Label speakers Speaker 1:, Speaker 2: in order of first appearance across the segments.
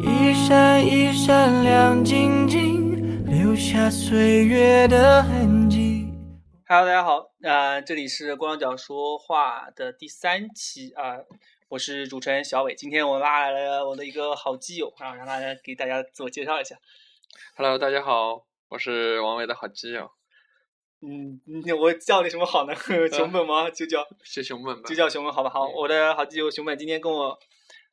Speaker 1: 一闪一闪亮晶晶，留下岁月的痕迹。
Speaker 2: Hello，大家好，呃，这里是光脚说话的第三期啊、我是主持人小伟。今天我拉来了我的一个好基友啊，让大家给大家自我介绍一下。
Speaker 3: Hello，大家好，我是王伟的好基友，
Speaker 2: 嗯，你我叫你什么好呢？ 熊本吗？就叫
Speaker 3: 是熊本吧
Speaker 2: 就？叫熊本，好吧？好，
Speaker 3: 嗯
Speaker 2: 我的好基友熊本今天跟我，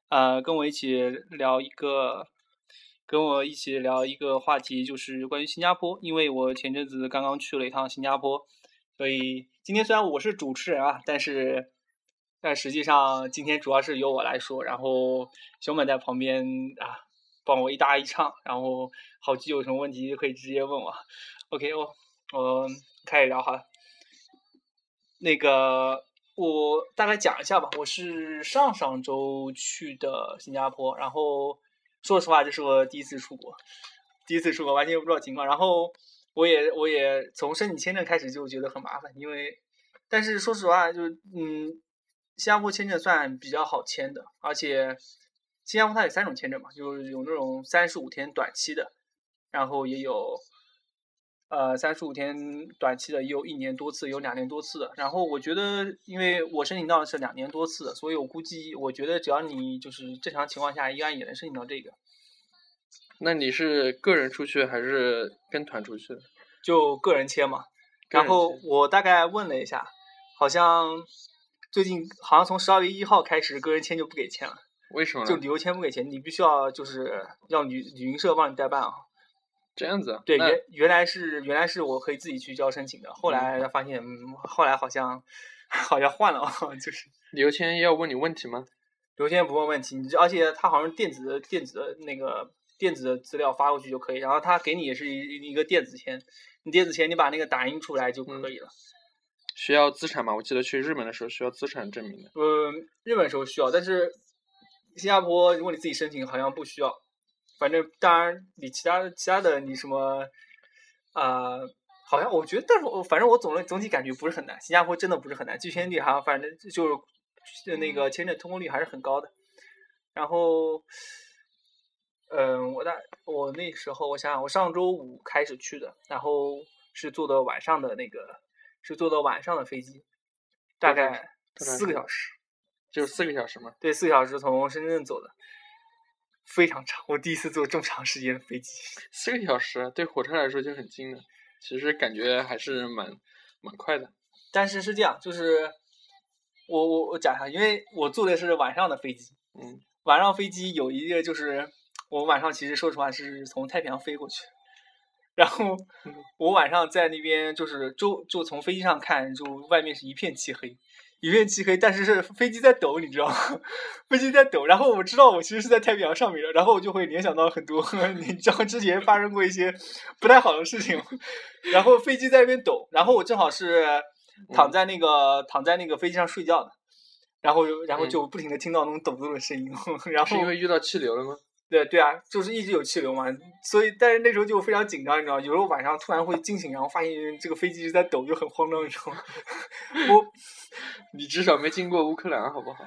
Speaker 2: 呃，跟我一起聊一个，跟我一起聊一个话题，就是关于新加坡。因为我前阵子刚刚去了一趟新加坡，所以今天虽然我是主持人啊，但是但实际上今天主要是由我来说，然后熊本在旁边啊帮我一搭一唱，然后好基友有什么问题可以直接问我。OK，我我开始聊哈。那个我大概讲一下吧，我是上上周去的新加坡，然后说实话，这是我第一次出国，第一次出国完全不知道情况。然后我也我也从申请签证开始就觉得很麻烦，因为但是说实话，就是嗯，新加坡签证算比较好签的，而且新加坡它有三种签证嘛，就是有那种三十五天短期的，然后也有呃三十五天短期的，也有一年多次，有两年多次的。然后我觉得，因为我申请到的是两年多次的，所以我估计，我觉得只要你就是正常情况下，应该也能申请到这个。
Speaker 3: 那你是个人出去还是跟团出去的？
Speaker 2: 就个人签嘛。
Speaker 3: 个
Speaker 2: 然
Speaker 3: 人
Speaker 2: 后
Speaker 3: 签
Speaker 2: 我大概问了一下，好像最近好像从十二月一号开始，个人签就不给签了，
Speaker 3: 为什么
Speaker 2: 就
Speaker 3: 呢
Speaker 2: 旅？游签不给签，你必须要就是让旅旅行社帮你代办啊。
Speaker 3: 这样子啊？
Speaker 2: 对，
Speaker 3: 那
Speaker 2: 原原来是原来是我可以自己去交申请的，后
Speaker 3: 嗯
Speaker 2: 来发现，嗯后来好像好像换了， 就是
Speaker 3: 旅游签要问你问题吗？
Speaker 2: 刘先不问问题，你而且他好像是电子的电子的那个电子的资料发过去就可以，然后他给你也是一一个电子签，你电子签你把那个打印出来就可以了。
Speaker 3: 需要资产吗？我记得去日本的时候需要资产证明的。
Speaker 2: 嗯，日本时候需要，但是新加坡如果你自己申请好像不需要，反正当然你其他其他的你什么啊、呃好像我觉得，但是我反正我总的总体感觉不是很难，新加坡真的不是很难，拒签率好像反正就是那
Speaker 3: 嗯
Speaker 2: 个签证通过率还是很高的。然后，嗯，我大我那时候我想想，我上周五开始去的，然后是坐的晚上的那个，是坐的晚上的飞机，大
Speaker 3: 多长
Speaker 2: 概
Speaker 3: 多长
Speaker 2: 四个
Speaker 3: 时
Speaker 2: 小
Speaker 3: 间
Speaker 2: 时。
Speaker 3: 只有四个小时吗？
Speaker 2: 对，四个小时从深圳走的，非常长。我第一次坐这么长时间的飞机。
Speaker 3: 四个小时啊对火车来说就很近了，其实感觉还是蛮蛮快的。
Speaker 2: 但是是这样，就是我我我讲一下，因为我坐的是晚上的飞机，
Speaker 3: 嗯，
Speaker 2: 晚上飞机有一个就是我晚上其实说实话是从太平洋飞过去，然后
Speaker 3: 嗯
Speaker 2: 我晚上在那边就是就就从飞机上看，就外面是一片漆黑。一片漆黑，但是是飞机在抖，你知道吗？ 飞机在抖，然后我知道我其实是在太平洋上面的，然后我就会联想到很多， 你知道之前发生过一些不太好的事情，然后飞机在那边抖，然后我正好是躺
Speaker 3: 嗯
Speaker 2: 在那个、躺在那个飞机上睡觉的，然后然后
Speaker 3: 嗯
Speaker 2: 就不停的听到那种抖动的声音， 然后
Speaker 3: 是因为遇到气流了吗？
Speaker 2: 对对啊，就是一直有气流嘛，所以但是那时候就非常紧张，你知道，有时候晚上突然会惊醒，然后发现这个飞机一直在抖，就很慌张，你知道吗？ 我
Speaker 3: 你至少没经过乌克兰，好不好？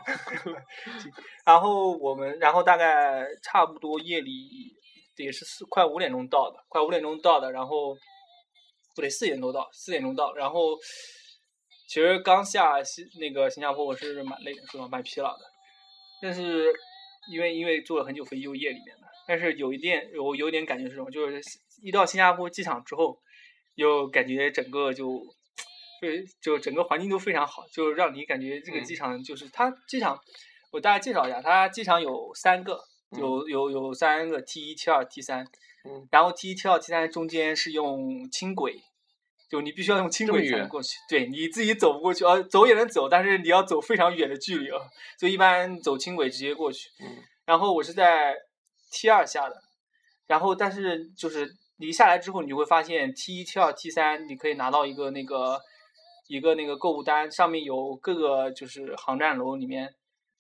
Speaker 2: 然后我们，然后大概差不多夜里也是四快五点钟到的，快五点钟到的，然后不对，四点多到，四点钟到，然后其实刚下新那个新加坡，我是蛮累的，说实话蛮疲劳的，但是因为因为坐了很久飞机，又夜里面的，但是有一点我有一点感觉是什么，就是一到新加坡机场之后，又感觉整个就。对，就整个环境都非常好，就让你感觉这个
Speaker 3: 嗯
Speaker 2: 机场就是、它机场我大概介绍一下，它机场有三个，
Speaker 3: 嗯
Speaker 2: 有有有三个 T 一、T 二、T 三，
Speaker 3: 嗯，
Speaker 2: 然后 T 一、T 二、T 三中间是用轻轨，就你必须要用轻
Speaker 3: 这么
Speaker 2: 轨才能
Speaker 3: 远
Speaker 2: 过去，对，你自己走不过去，呃，走也能走，但是你要走非常远的距离啊，所以一般走轻轨直接过去。
Speaker 3: 嗯
Speaker 2: 然后我是在 T 二下的，然后但是就是你一下来之后，你就会发现 T 一、T 二、T 三，你可以拿到一个那个一个那个购物单，上面有各个就是航站楼里面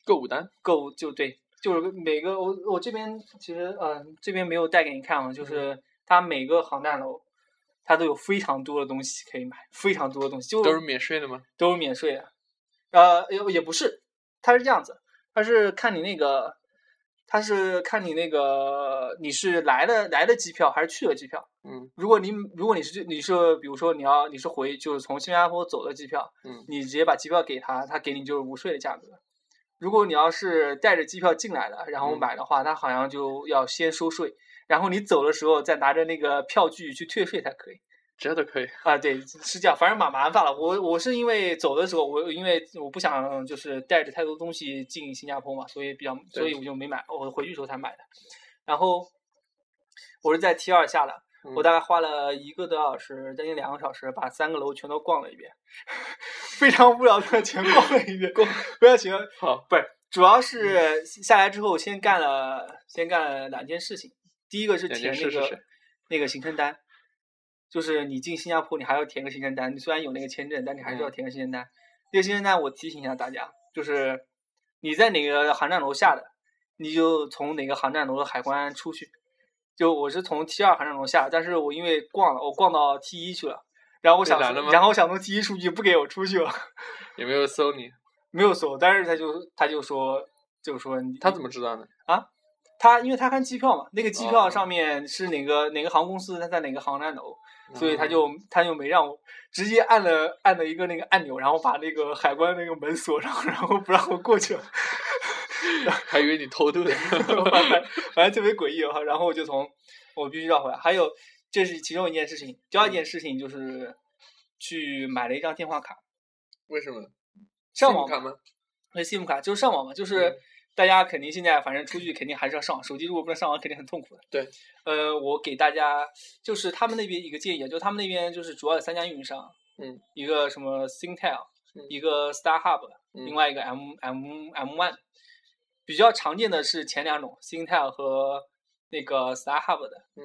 Speaker 3: 购 物单。
Speaker 2: 购物就对，就是每个我我这边其实嗯、呃这边没有带给你看啊，
Speaker 3: 嗯
Speaker 2: 就是它每个航站楼它都有非常多的东西可以买，非常多的东西，就
Speaker 3: 都是免税的吗？
Speaker 2: 都是免税的。呃，也也不是，它是这样子，它是看你那个，他是看你那个你是来了来的机票还是去了机票。
Speaker 3: 嗯
Speaker 2: 如果你如果你是你是比如说你要你是回就是从新加坡走的机票，
Speaker 3: 嗯
Speaker 2: 你直接把机票给他，他给你就是无税的价格。如果你要是带着机票进来的，然后
Speaker 3: 嗯
Speaker 2: 买的话，他好像就要先收税，然后你走的时候再拿着那个票据去退税才可以。
Speaker 3: 这都可以。
Speaker 2: 啊，对，是这样，反正蛮麻烦了。我我是因为走的时候，我因为我不想就是带着太多东西进新加坡嘛，所以比较，所
Speaker 3: 对
Speaker 2: 以我就没买，我回去的时候才买的。然后我是在 T 二下的，我大
Speaker 3: 嗯
Speaker 2: 概花了一个多小时，将近两个小时，把三个楼全都逛了一遍， 非常无聊的全逛了一遍，不要行，
Speaker 3: 好，
Speaker 2: 不是，主要是下来之后先干了先干了两件事情，第一个是
Speaker 3: 两
Speaker 2: 填
Speaker 3: 件
Speaker 2: 那个
Speaker 3: 事是谁
Speaker 2: 那个行程单，就是你进新加坡你还要填个行程单，你虽然有那个签证，但你还是要
Speaker 3: 嗯
Speaker 2: 填个行程单。这个行程单我提醒一下大家，就是你在哪个航站楼下的，你就从哪个航站楼的海关出去。就我是从 T 二航站楼下，但是我因为逛了，我逛到 T 一去了，然后我
Speaker 3: 被
Speaker 2: 想
Speaker 3: 拦
Speaker 2: 从
Speaker 3: 了吗
Speaker 2: 然后我想从 T 一出去，不给我出去了。
Speaker 3: 有没有搜你？
Speaker 2: 没有锁，但是他就他就说就说你
Speaker 3: 他怎么知道呢？
Speaker 2: 他因为他看机票嘛，那个机票
Speaker 3: 哦
Speaker 2: 上面是哪个、哪个航空公司，他在哪个航站楼，所以他
Speaker 3: 嗯
Speaker 2: 就他就没让我直接按了按了一个那个按钮，然后把那个海关那个门锁上， 然后不让我过去了，
Speaker 3: 还以为你偷渡的。
Speaker 2: 反正反正特别诡异哈。然后我就从我必须绕回来，还有这是其中一件事情，
Speaker 3: 嗯
Speaker 2: 第二件事情就是去买了一张电话卡，
Speaker 3: 为什么？
Speaker 2: 上
Speaker 3: 信用
Speaker 2: 网
Speaker 3: 卡吗？
Speaker 2: 那 SIM 卡就是上网嘛，就是
Speaker 3: 嗯
Speaker 2: 大家肯定现在反正出去肯定还是要上，手机如果不能上网肯定很痛苦的。
Speaker 3: 对，
Speaker 2: 呃，我给大家就是他们那边一个建议，啊，就他们那边就是主要有三家运营商，
Speaker 3: 嗯，
Speaker 2: 一个什么 Singtel，、
Speaker 3: 嗯
Speaker 2: 一个 StarHub，、
Speaker 3: 嗯
Speaker 2: 另外一个 M M M One，比较常见的是前两种 Singtel 和那个 StarHub 的，
Speaker 3: 嗯，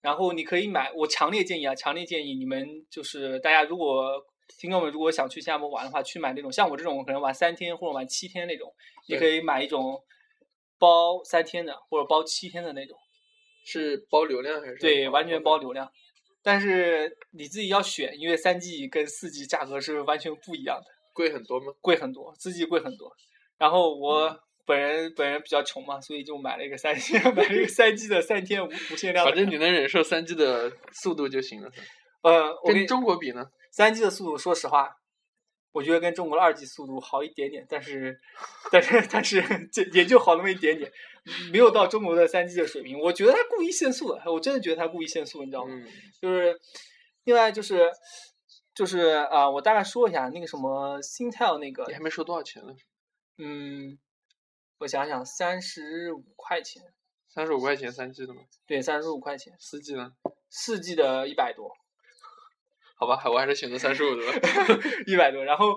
Speaker 2: 然后你可以买，我强烈建议啊，强烈建议你们就是大家如果听众们如果想去新加坡玩的话，去买那种像我这种可能玩三天或者玩七天那种，你
Speaker 3: 对
Speaker 2: 可以买一种包三天的或者包七天的那种。
Speaker 3: 是包流量还是？
Speaker 2: 对，完全包
Speaker 3: 流。
Speaker 2: 流量。但是你自己要选，因为三 G 跟四 G 价格是完全不一样的，
Speaker 3: 贵很多吗？
Speaker 2: 贵很多，四 G 贵很多。然后
Speaker 3: 嗯
Speaker 2: 我本人、本人比较穷嘛，所以就买了一个三 G，买了一个三 G 的三天无无限量的
Speaker 3: 反
Speaker 2: 卡。
Speaker 3: 正你能忍受三 G 的速度就行了。
Speaker 2: 呃，我
Speaker 3: 跟
Speaker 2: 跟
Speaker 3: 中国比呢？
Speaker 2: 三 G 的速度，说实话，我觉得跟中国的二 G 速度好一点点，但是但是但是这也就好那么一点点，没有到中国的三 G 的水平。我觉得他故意限速的，我真的觉得他故意限速，你知道吗？
Speaker 3: 嗯，
Speaker 2: 就是另外就是就是啊、我大概说一下那个什么 Singtel 那个
Speaker 3: 你，还没收多少钱呢？
Speaker 2: 嗯，我想想，三十五块钱，
Speaker 3: 三十五块钱三 G 的吗？
Speaker 2: 对，三十五块钱，
Speaker 3: 四 G 呢？
Speaker 2: 四 G 的一百多，
Speaker 3: 好吧，我还是选择三十五的吧。
Speaker 2: 一百多。然后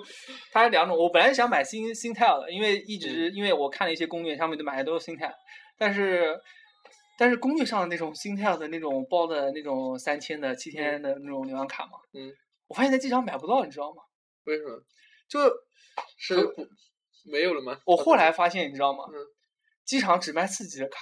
Speaker 2: 它是两种，我本来想买 Sing Singtel 的，因为一
Speaker 3: 嗯
Speaker 2: 直、因为我看了一些攻略，上面都买的都是 Singtel，但是。但是攻略上的那种 Singtel 的那种包的那种三千的、七天的那种流量卡嘛，
Speaker 3: 嗯，
Speaker 2: 我发现在机场买不到，你知道吗？
Speaker 3: 为什么？
Speaker 2: 就是可
Speaker 3: 不没有了吗？
Speaker 2: 我后来发现，你知道吗？
Speaker 3: 呃嗯
Speaker 2: 机场只卖四 G 的卡，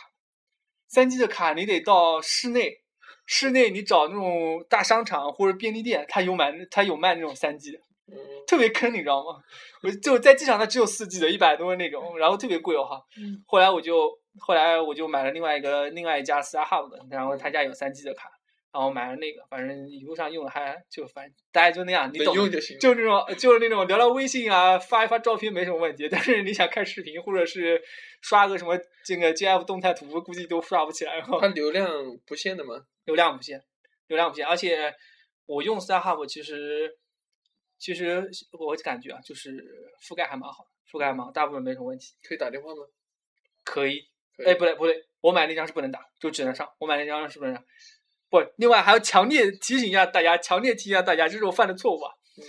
Speaker 2: 三 G 的卡你得到室内，室内你找那种大商场或者便利店，它有买，它有卖那种三 G 的，
Speaker 3: 嗯
Speaker 2: 特别坑，你知道吗？我就在机场，它只有四 G 的，一百多的那种，然后特别贵哦哈。
Speaker 3: 嗯
Speaker 2: 后来我就后来我就买了另外一个另外一家 StarHub 的，然后他家有三 G 的卡，然后买了那个，反正一路上用的还就反正大家就那样，你
Speaker 3: 能
Speaker 2: 懂的
Speaker 3: 用就行。
Speaker 2: 就那种就是那种聊聊微信啊，发一发照片没什么问题，但是你想看视频或者是刷个什么这个 GF 动态图，估计都刷不起来哦哈。
Speaker 3: 它流量不限的吗？
Speaker 2: 流量无限，流量无限，而且我用 StarHub 其实其实我感觉啊，就是覆盖还蛮好，覆盖还蛮好，大部分没什么问题。
Speaker 3: 可以打电话吗？
Speaker 2: 可以，
Speaker 3: 可以
Speaker 2: 哎，不对不对，我买那张是不能打，就只能上。我买那张是不能上。不，另外还要强烈提醒一下大家，强烈提醒一下大家，这是我犯的错误啊
Speaker 3: 嗯！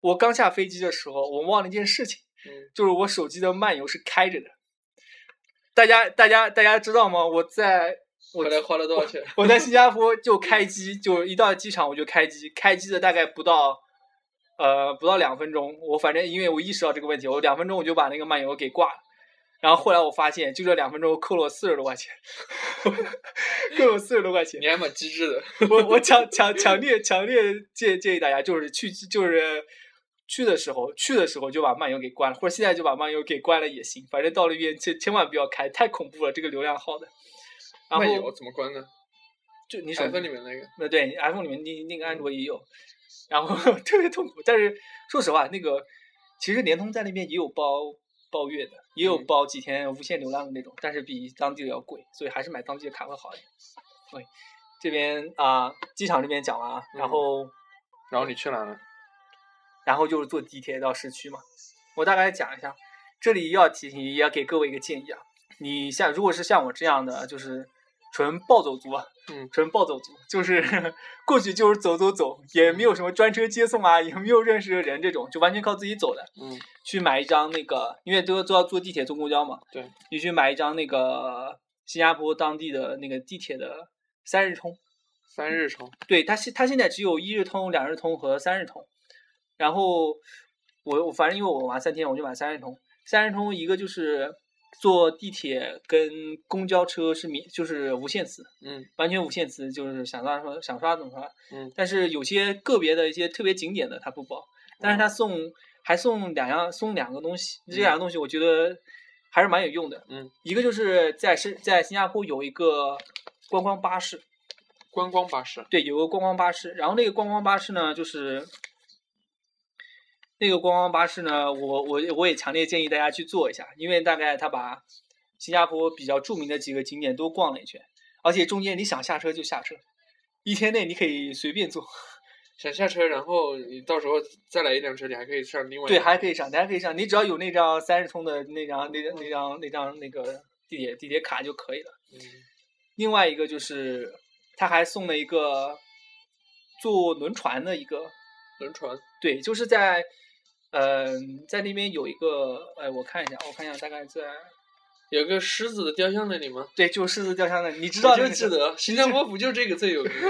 Speaker 2: 我刚下飞机的时候，我忘了一件事情，
Speaker 3: 嗯，
Speaker 2: 就是我手机的漫游是开着的。大家大家大家知道吗？我在我
Speaker 3: 后来花了多少钱？
Speaker 2: 我在新加坡就开机，就一到机场我就开机，开机的大概不到，呃，不到两分钟，我反正因为我意识到这个问题，我两分钟我就把那个漫游给挂了。然后后来我发现，就这两分钟扣了我四十多块钱， 扣了四十多块钱。
Speaker 3: 你还蛮机智的。
Speaker 2: 我我强强强烈强烈建建议大家，就是去就是去的时候去的时候就把漫游给关了，或者现在就把漫游给关了也行，反正到了医院千千万不要开，太恐怖了，这个流量号的。然
Speaker 3: 漫
Speaker 2: 后哎
Speaker 3: 游怎么关呢？
Speaker 2: 就你
Speaker 3: 你
Speaker 2: 手
Speaker 3: 手
Speaker 2: 机
Speaker 3: 机里面那个，
Speaker 2: 那对 iPhone 里面那那个安卓也有，然后 特别痛苦。但是说实话，那个其实联通在那边也有包包月的，也有
Speaker 3: 嗯
Speaker 2: 包几天无限流量的那种，但是比当地的要贵，所以还是买当地的卡会好一点。对，这边啊、机场这边讲了啊，然
Speaker 3: 嗯
Speaker 2: 后、
Speaker 3: 然后你去哪了？
Speaker 2: 然后就是坐地铁到市区嘛。我大概讲一下，这里要提醒，也要给各位一个建议啊。你像如果是像我这样的，就是纯暴走族啊，
Speaker 3: 嗯
Speaker 2: 纯暴走族，就是 过去就是走走走，也没有什么专车接送啊，也没有认识的人这种，就完全靠自己走的。
Speaker 3: 嗯，
Speaker 2: 去买一张那个，因为都要都要坐地铁、坐公交嘛。
Speaker 3: 对。
Speaker 2: 你去买一张那个新加坡当地的那个地铁的三日通，
Speaker 3: 三日冲，
Speaker 2: 对它现它现在只有一日通、两日通和三日通，然后我我反正因为我玩三天，我就买三日通。三日通一个就是坐地铁跟公交车是免，就是无限次，
Speaker 3: 嗯
Speaker 2: 完全无限次，就是想刷刷想刷怎么刷。
Speaker 3: 嗯
Speaker 2: 但是有些个别的一些特别景点的它不包，但是它送还送两样送两个东西，这两个东西我觉得还是蛮有用的。
Speaker 3: 嗯，
Speaker 2: 一个就是在是在新加坡有一个观光巴士。
Speaker 3: 观光巴士，
Speaker 2: 对，有个观光巴士，然后那个观光巴士呢，就是那个观光巴士呢，我我我也强烈建议大家去坐一下，因为大概他把新加坡比较著名的几个景点都逛了一圈，而且中间你想下车就下车，一天内你可以随便坐，
Speaker 3: 想下车，然后你到时候再来一辆车，你还可以上另外一
Speaker 2: 对，
Speaker 3: 辆
Speaker 2: 还可以上，你还可以上，你只要有那张三十通的那张那张那张那张那个地铁地铁卡就可以了。
Speaker 3: 嗯
Speaker 2: 另外一个就是他还送了一个坐轮船的一个
Speaker 3: 轮船，
Speaker 2: 对，就是在，呃，在那边有一个，呃，我看一下，我看一下，大概在，
Speaker 3: 有个狮子的雕像那里吗？
Speaker 2: 对，就是狮子雕像那，你知
Speaker 3: 我
Speaker 2: 道 那
Speaker 3: 就
Speaker 2: 个
Speaker 3: 记
Speaker 2: 是，
Speaker 3: 得新加坡不就这个最有名吗？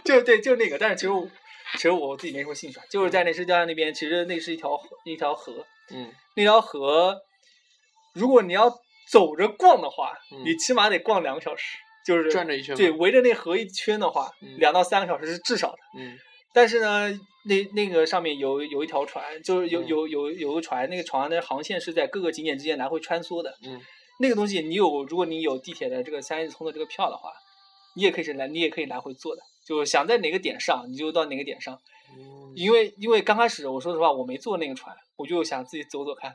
Speaker 2: 就对，就那个，但是其实我，其实我自己没什么兴趣啊，就是在那狮子雕像那边，其实那是一条河一条河，
Speaker 3: 嗯，
Speaker 2: 那条河，如果你要走着逛的话，
Speaker 3: 嗯
Speaker 2: 你起码得逛两个小时，就是
Speaker 3: 转着一圈
Speaker 2: 对，
Speaker 3: 吗
Speaker 2: 围着那河一圈的话，
Speaker 3: 嗯
Speaker 2: 两到三个小时是至少的。
Speaker 3: 嗯
Speaker 2: 但是呢，那那个上面有有一条船，就是有
Speaker 3: 嗯
Speaker 2: 有有有个船，那个船的航线是在各个景点之间来回穿梭的。
Speaker 3: 嗯，
Speaker 2: 那个东西你有，如果你有地铁的这个三日通的这个票的话，你也可以是来，你也可以来回坐的。就想在哪个点上，你就到哪个点上。
Speaker 3: 嗯
Speaker 2: 因为因为刚开始我说实话我没坐那个船，我就想自己走走看。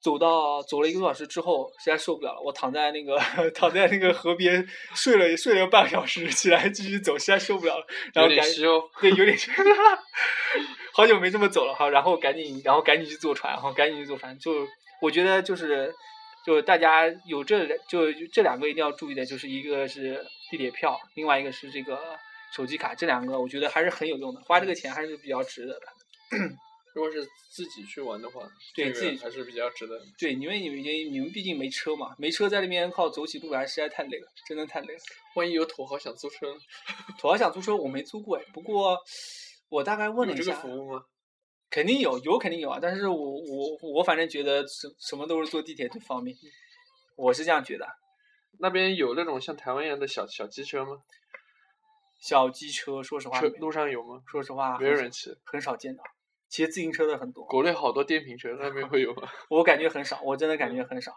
Speaker 2: 走到走了一个多小时之后，实在受不了了，我躺在那个躺在那个河边睡了睡了半个小时，起来继续走，实在受不了了，然
Speaker 3: 有
Speaker 2: 后
Speaker 3: 点
Speaker 2: 感觉
Speaker 3: 虚哦。
Speaker 2: 对，有点像，好久没这么走了哈。然后赶紧，然后赶紧去坐船，然后赶紧去坐船。就我觉得就是，就是大家有这两就这两个一定要注意的，就是一个是地铁票，另外一个是这个手机卡，这两个我觉得还是很有用的，花这个钱还是比较值得的。
Speaker 3: 如果是自己去玩的话，
Speaker 2: 对
Speaker 3: 这个
Speaker 2: 自己去
Speaker 3: 还是比较值得的。
Speaker 2: 对，因为你们已经你们毕竟没车嘛，没车在那边靠走起路来实在太累了，真的太累了。
Speaker 3: 万一有土豪想租车呢，
Speaker 2: 土豪想租车我没租过哎，不过我大概问了
Speaker 3: 有
Speaker 2: 一
Speaker 3: 这
Speaker 2: 下，
Speaker 3: 个服务吗？
Speaker 2: 肯定有，有肯定有啊。但是我我我反正觉得什什么都是坐地铁最方便，
Speaker 3: 嗯
Speaker 2: 我是这样觉得。
Speaker 3: 那边有那种像台湾一样的小小机车吗？
Speaker 2: 小机车，说实话
Speaker 3: 车
Speaker 2: 没，
Speaker 3: 路上有吗？
Speaker 2: 说实话
Speaker 3: 没有
Speaker 2: 很少
Speaker 3: 人骑。
Speaker 2: 很少见到。骑自行车的很多，
Speaker 3: 国内好多电瓶车，那边会 有吗？
Speaker 2: 我感觉很少，我真的
Speaker 3: 嗯
Speaker 2: 感觉很少。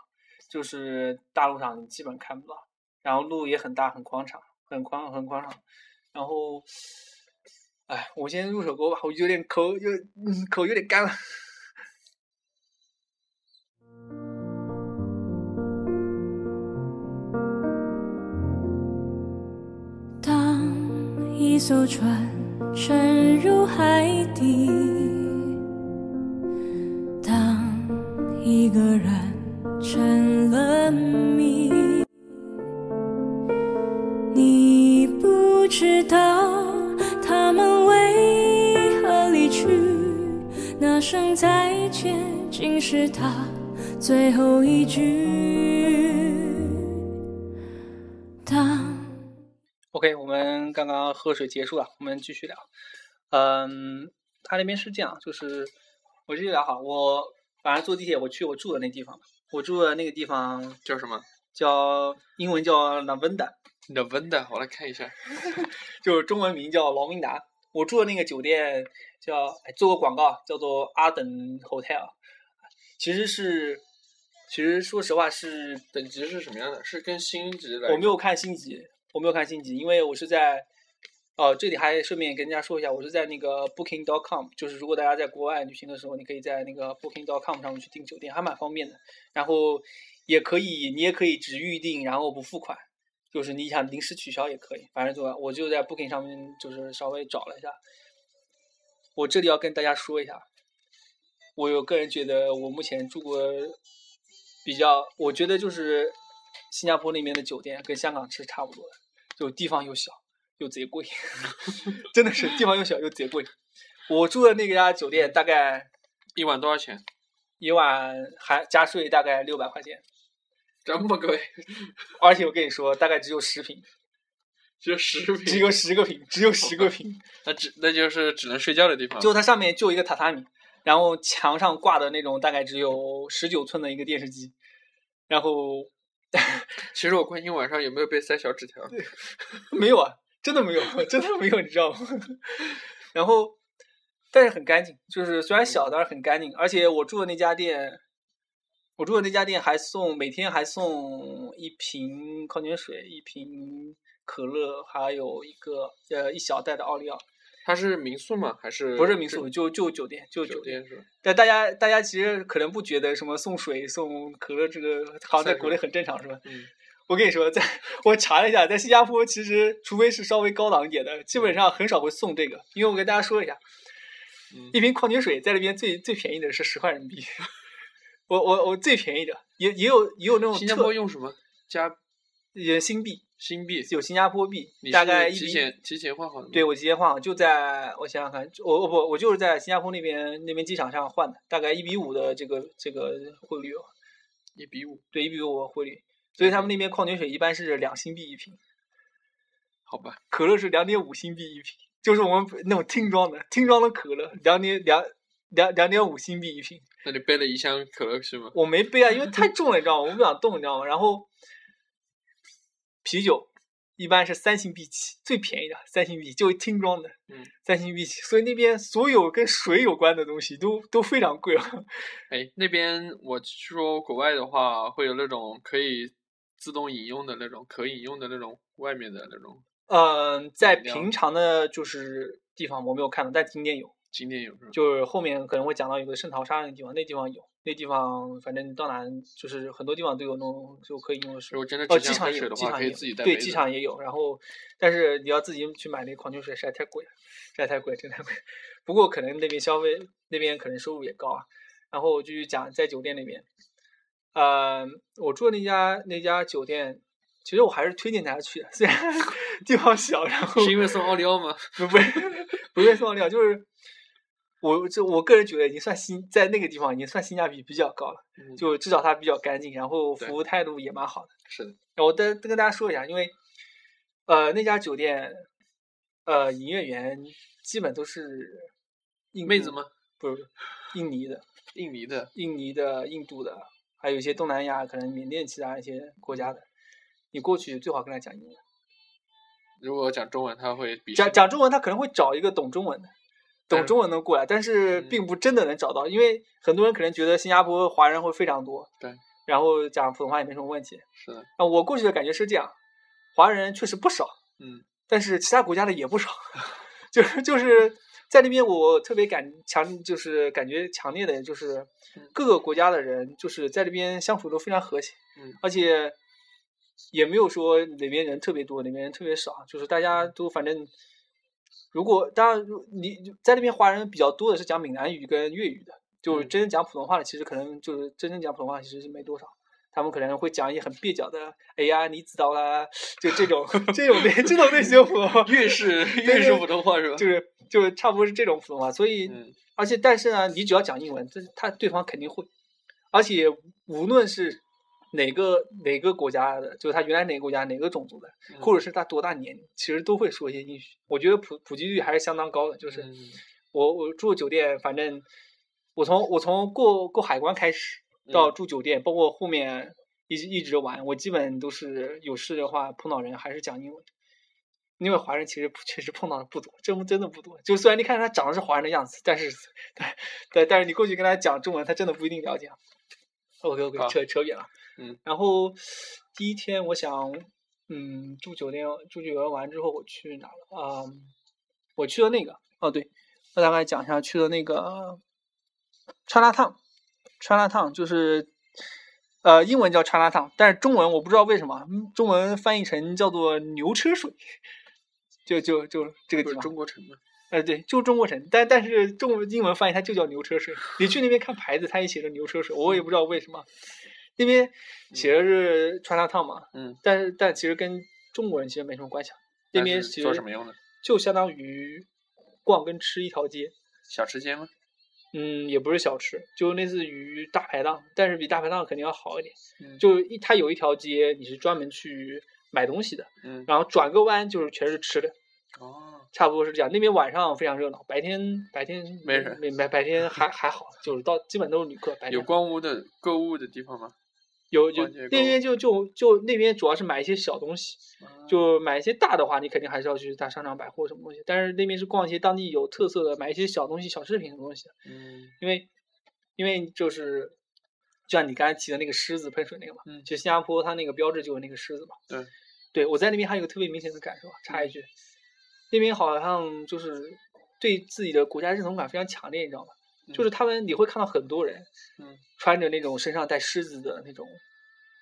Speaker 2: 就是大路上你基本看不到，然后路也很大，很宽敞，很宽很宽敞。然后，哎，我先入手锅吧，我有点口有嗯口有点干了。
Speaker 4: 当一艘船沉入海底，当一个人成了谜，你不知道他们为何离去，那声再见竟是他最后一句。当。
Speaker 2: OK，我们刚刚喝水结束了，我们继续聊。嗯，他那边是这样，就是我继续聊哈。我晚上坐地铁，我去我住的那地方，我住的那个地方
Speaker 3: 叫什么
Speaker 2: 叫英文叫 Lavenda，
Speaker 3: ？The Venda，我来看一下。
Speaker 2: 就是中文名叫劳明达。我住的那个酒店叫哎做个广告，叫做阿等 Hotel，其实是，其实说实话是
Speaker 3: 等级是什么样的？是跟星级来？
Speaker 2: 我没有看星级，我没有看星级，因为我是在，哦，这里还顺便跟大家说一下，我是在那个 Booking.com，就是如果大家在国外旅行的时候，你可以在那个 Booking.com 上面去订酒店，还蛮方便的。然后也可以，你也可以只预定，然后不付款，就是你想临时取消也可以，反正就我就在 Booking 上面就是稍微找了一下。我这里要跟大家说一下，我有个人觉得我目前住过比较，我觉得就是新加坡那边的酒店跟香港是差不多的，就地方又小又贼贵， 真的是地方又小又贼贵。我住的那家酒店大概
Speaker 3: 一晚多少钱？
Speaker 2: 一晚还加税大概六百块钱，
Speaker 3: 这么贵，
Speaker 2: 而且我跟你说，大概只有十平，
Speaker 3: 就十
Speaker 2: 只
Speaker 3: 平，
Speaker 2: 有十个平，只有十个平，
Speaker 3: 那只那就是只能睡觉的地方。
Speaker 2: 就它上面就一个榻榻米，然后墙上挂的那种大概只有十九寸的一个电视机，然后
Speaker 3: 其实我关心晚上有没有被塞小纸条。
Speaker 2: 没有啊，真的没有， 真的没有，你知道吗？ 然后，但是很干净，就是虽然小，但是很干净。而且我住的那家店，我住的那家店还送每天还送一瓶矿泉水、一瓶可乐，还有一个呃一小袋的奥利奥，
Speaker 3: 它是民宿吗？还是
Speaker 2: 不是民宿，就就酒店，就
Speaker 3: 酒
Speaker 2: 酒店。
Speaker 3: 店是吧？
Speaker 2: 但大家大家其实可能不觉得什么送水送可乐这个好像在
Speaker 3: 算
Speaker 2: 国
Speaker 3: 是
Speaker 2: 内很正常是吧？
Speaker 3: 嗯，
Speaker 2: 我跟你说，在我查了一下，在新加坡其实除非是稍微高档一点的，基本上很少会送这个。因为我跟大家说一下，
Speaker 3: 嗯
Speaker 2: 一瓶矿泉水在这边最最便宜的是十块人民币。 我我我最便宜的，也也有也有那种
Speaker 3: 新加坡
Speaker 2: 特
Speaker 3: 用什么？加
Speaker 2: 也新币，
Speaker 3: 新币？
Speaker 2: 有新加坡币
Speaker 3: 你，
Speaker 2: 大
Speaker 3: 是
Speaker 2: 概一
Speaker 3: 提
Speaker 2: 比
Speaker 3: 前提前换好的吗？
Speaker 2: 对，我提前换好，就在我想想看，就我我不我就是在新加坡那边那边机场上换的，大概一比五的这个这个汇率哦，
Speaker 3: 一比五，
Speaker 2: 对一比五汇率，所以他们那边矿泉水一般是两新币一瓶，
Speaker 3: 好吧，
Speaker 2: 可乐是两点五新币一瓶，就是我们那种听装的听装的可乐，两点两两两点五新币一瓶。
Speaker 3: 那你背了一箱可乐是吗？
Speaker 2: 我没背啊，因为太重了，你知道吗？我不想动，你知道吗？然后啤酒一般是三星币起，最便宜的三星币，就听装的，
Speaker 3: 嗯，
Speaker 2: 三星币起。所以那边所有跟水有关的东西都都非常贵了。
Speaker 3: 哎，那边我说国外的话，会有那种可以自动饮用的那种，可饮用的那种外面的那种
Speaker 2: 嗯，在
Speaker 3: 饮料
Speaker 2: 平常的就是地方我没有看到，但景点有，
Speaker 3: 景点有是吧？
Speaker 2: 就是后面可能会讲到有个圣淘沙那个地方，那地方有，那地方反正你到哪就是很多地方都有那种就可以用的水
Speaker 3: 如。果真的
Speaker 2: 哦，
Speaker 3: 只
Speaker 2: 机
Speaker 3: 想
Speaker 2: 场
Speaker 3: 喝
Speaker 2: 也
Speaker 3: 水
Speaker 2: 有，
Speaker 3: 的
Speaker 2: 机
Speaker 3: 话，
Speaker 2: 场
Speaker 3: 可
Speaker 2: 也
Speaker 3: 以
Speaker 2: 有
Speaker 3: 自己带杯
Speaker 2: 对，
Speaker 3: 子。
Speaker 2: 机场也有。然后，但是你要自己去买那个矿泉水，实在太贵了，实在太贵，真的太贵。不过可能那边消费，那边可能收入也高啊。然后我继续讲，在酒店那边，呃，我住的那家那家酒店，其实我还是推荐大家去的，虽然 地方小，然后
Speaker 3: 是因为送奥利奥吗？
Speaker 2: 不不是 不是送料，就是我这我个人觉得已经算性在那个地方已经算性价比比较高了，
Speaker 3: 嗯
Speaker 2: 就至少它比较干净，然后
Speaker 3: 对
Speaker 2: 服务态度也蛮好的。
Speaker 3: 是的，
Speaker 2: 我再跟大家说一下，因为呃那家酒店呃营业员基本都是印
Speaker 3: 妹
Speaker 2: 度
Speaker 3: 子吗？
Speaker 2: 不是不是印尼的、
Speaker 3: 印尼的，
Speaker 2: 印尼的、印度的，还有一些东南亚可能缅甸其他一些国家
Speaker 3: 嗯
Speaker 2: 的。你过去最好跟他讲英文，
Speaker 3: 如果讲中文，他会鄙视
Speaker 2: 讲
Speaker 3: 你。
Speaker 2: 讲中文，他可能会找一个懂中文的，懂
Speaker 3: 但
Speaker 2: 中文能过来，但是
Speaker 3: 嗯
Speaker 2: 并不真的能找到，因为很多人可能觉得新加坡华人会非常多，
Speaker 3: 对，
Speaker 2: 然后讲普通话也没什么问题。
Speaker 3: 是的，
Speaker 2: 啊，我过去的感觉是这样，华人确实不少，
Speaker 3: 嗯，
Speaker 2: 但是其他国家的也不少， 就是就是在那边我特别感强，就是感觉强烈的就是
Speaker 3: 嗯
Speaker 2: 各个国家的人就是在这边相处都非常和谐，
Speaker 3: 嗯
Speaker 2: 而且也没有说哪边人特别多，哪边人特别少，就是大家
Speaker 3: 嗯
Speaker 2: 都反正。如果当然，如你在那边华人比较多的是讲闽南语跟粤语的，就是
Speaker 3: 嗯
Speaker 2: 真正讲普通话的，其实可能就是真正讲普通话其实是没多少。他们可能会讲一些很蹩脚的，哎呀，你知道啦，就这种 这种类这种类型的普通 话，
Speaker 3: 越是越是普通话是吧？
Speaker 2: 就是就是差不多是这种普通话。所以，
Speaker 3: 嗯，
Speaker 2: 而且但是呢，你只要讲英文，这他对方肯定会，而且无论是哪个哪个国家的，就是他原来哪个国家哪个种族的，
Speaker 3: 嗯
Speaker 2: 或者是他多大年龄，其实都会说一些英语。我觉得普普及率还是相当高的。就是
Speaker 3: 嗯
Speaker 2: 我我住酒店，反正我从我从过过海关开始到
Speaker 3: 嗯
Speaker 2: 住酒店，包括后面一直一直玩，我基本都是有事的话碰到人还是讲英文。因为华人其实确实碰到的不多，真真的不多。就虽然你看他长得是华人的样子，但是，但但但是你过去跟他讲中文，他真的不一定了解。OK OK，
Speaker 3: 好
Speaker 2: 扯扯远了。
Speaker 3: 嗯，
Speaker 2: 然后第一天我想，嗯，住酒店住酒店完之后我去哪了啊、我去了那个哦对，我大概讲一下去了那个川辣烫，川辣烫就是呃英文叫川辣烫，但是中文我不知道为什么，嗯中文翻译成叫做牛车水，就就就这个
Speaker 3: 不
Speaker 2: 地
Speaker 3: 是
Speaker 2: 方。
Speaker 3: 中国城吗？
Speaker 2: 呃，对，就是中国城，但但是中文英文翻译它就叫牛车水。你去那边看牌子，它也写着牛车水，我也不知道为什么，那边写的是川辣烫嘛，
Speaker 3: 嗯，
Speaker 2: 但是但其实跟中国人其实没什么关系啊。那
Speaker 3: 但
Speaker 2: 边
Speaker 3: 是
Speaker 2: 其
Speaker 3: 做
Speaker 2: 实
Speaker 3: 什么用的？
Speaker 2: 就相当于逛跟吃一条街，
Speaker 3: 小吃街吗？
Speaker 2: 嗯，也不是小吃，就类似于大排档，但是比大排档肯定要好一点。
Speaker 3: 嗯
Speaker 2: 就是一它有一条街，你是专门去买东西的，
Speaker 3: 嗯
Speaker 2: 然后转个弯就是全是吃的，
Speaker 3: 哦，
Speaker 2: 差不多是这样。那边晚上非常热闹，白天白天
Speaker 3: 没人
Speaker 2: 没白白天还还好，就是到基本都是旅客。白天
Speaker 3: 有逛物的购物的地方吗？
Speaker 2: 有就
Speaker 3: 逛街
Speaker 2: 那
Speaker 3: 购物
Speaker 2: 边就就就那边主要是买一些小东西，啊就买一些大的话，你肯定还是要去大商场百货什么东西。但是那边是逛一些当地有特色的，买一些小东西、小饰品什么东西的。
Speaker 3: 嗯
Speaker 2: 因为因为就是就像你刚才提的那个狮子喷水那个嘛，
Speaker 3: 嗯
Speaker 2: 就新加坡它那个标志就有那个狮子嘛。
Speaker 3: 对，嗯
Speaker 2: 对我在那边还有一个特别明显的感受啊，插一句，那边好像就是对自己的国家认同感非常强烈，你知道吗？就是他们你会看到很多人
Speaker 3: 嗯
Speaker 2: 穿着那种身上带狮子的那种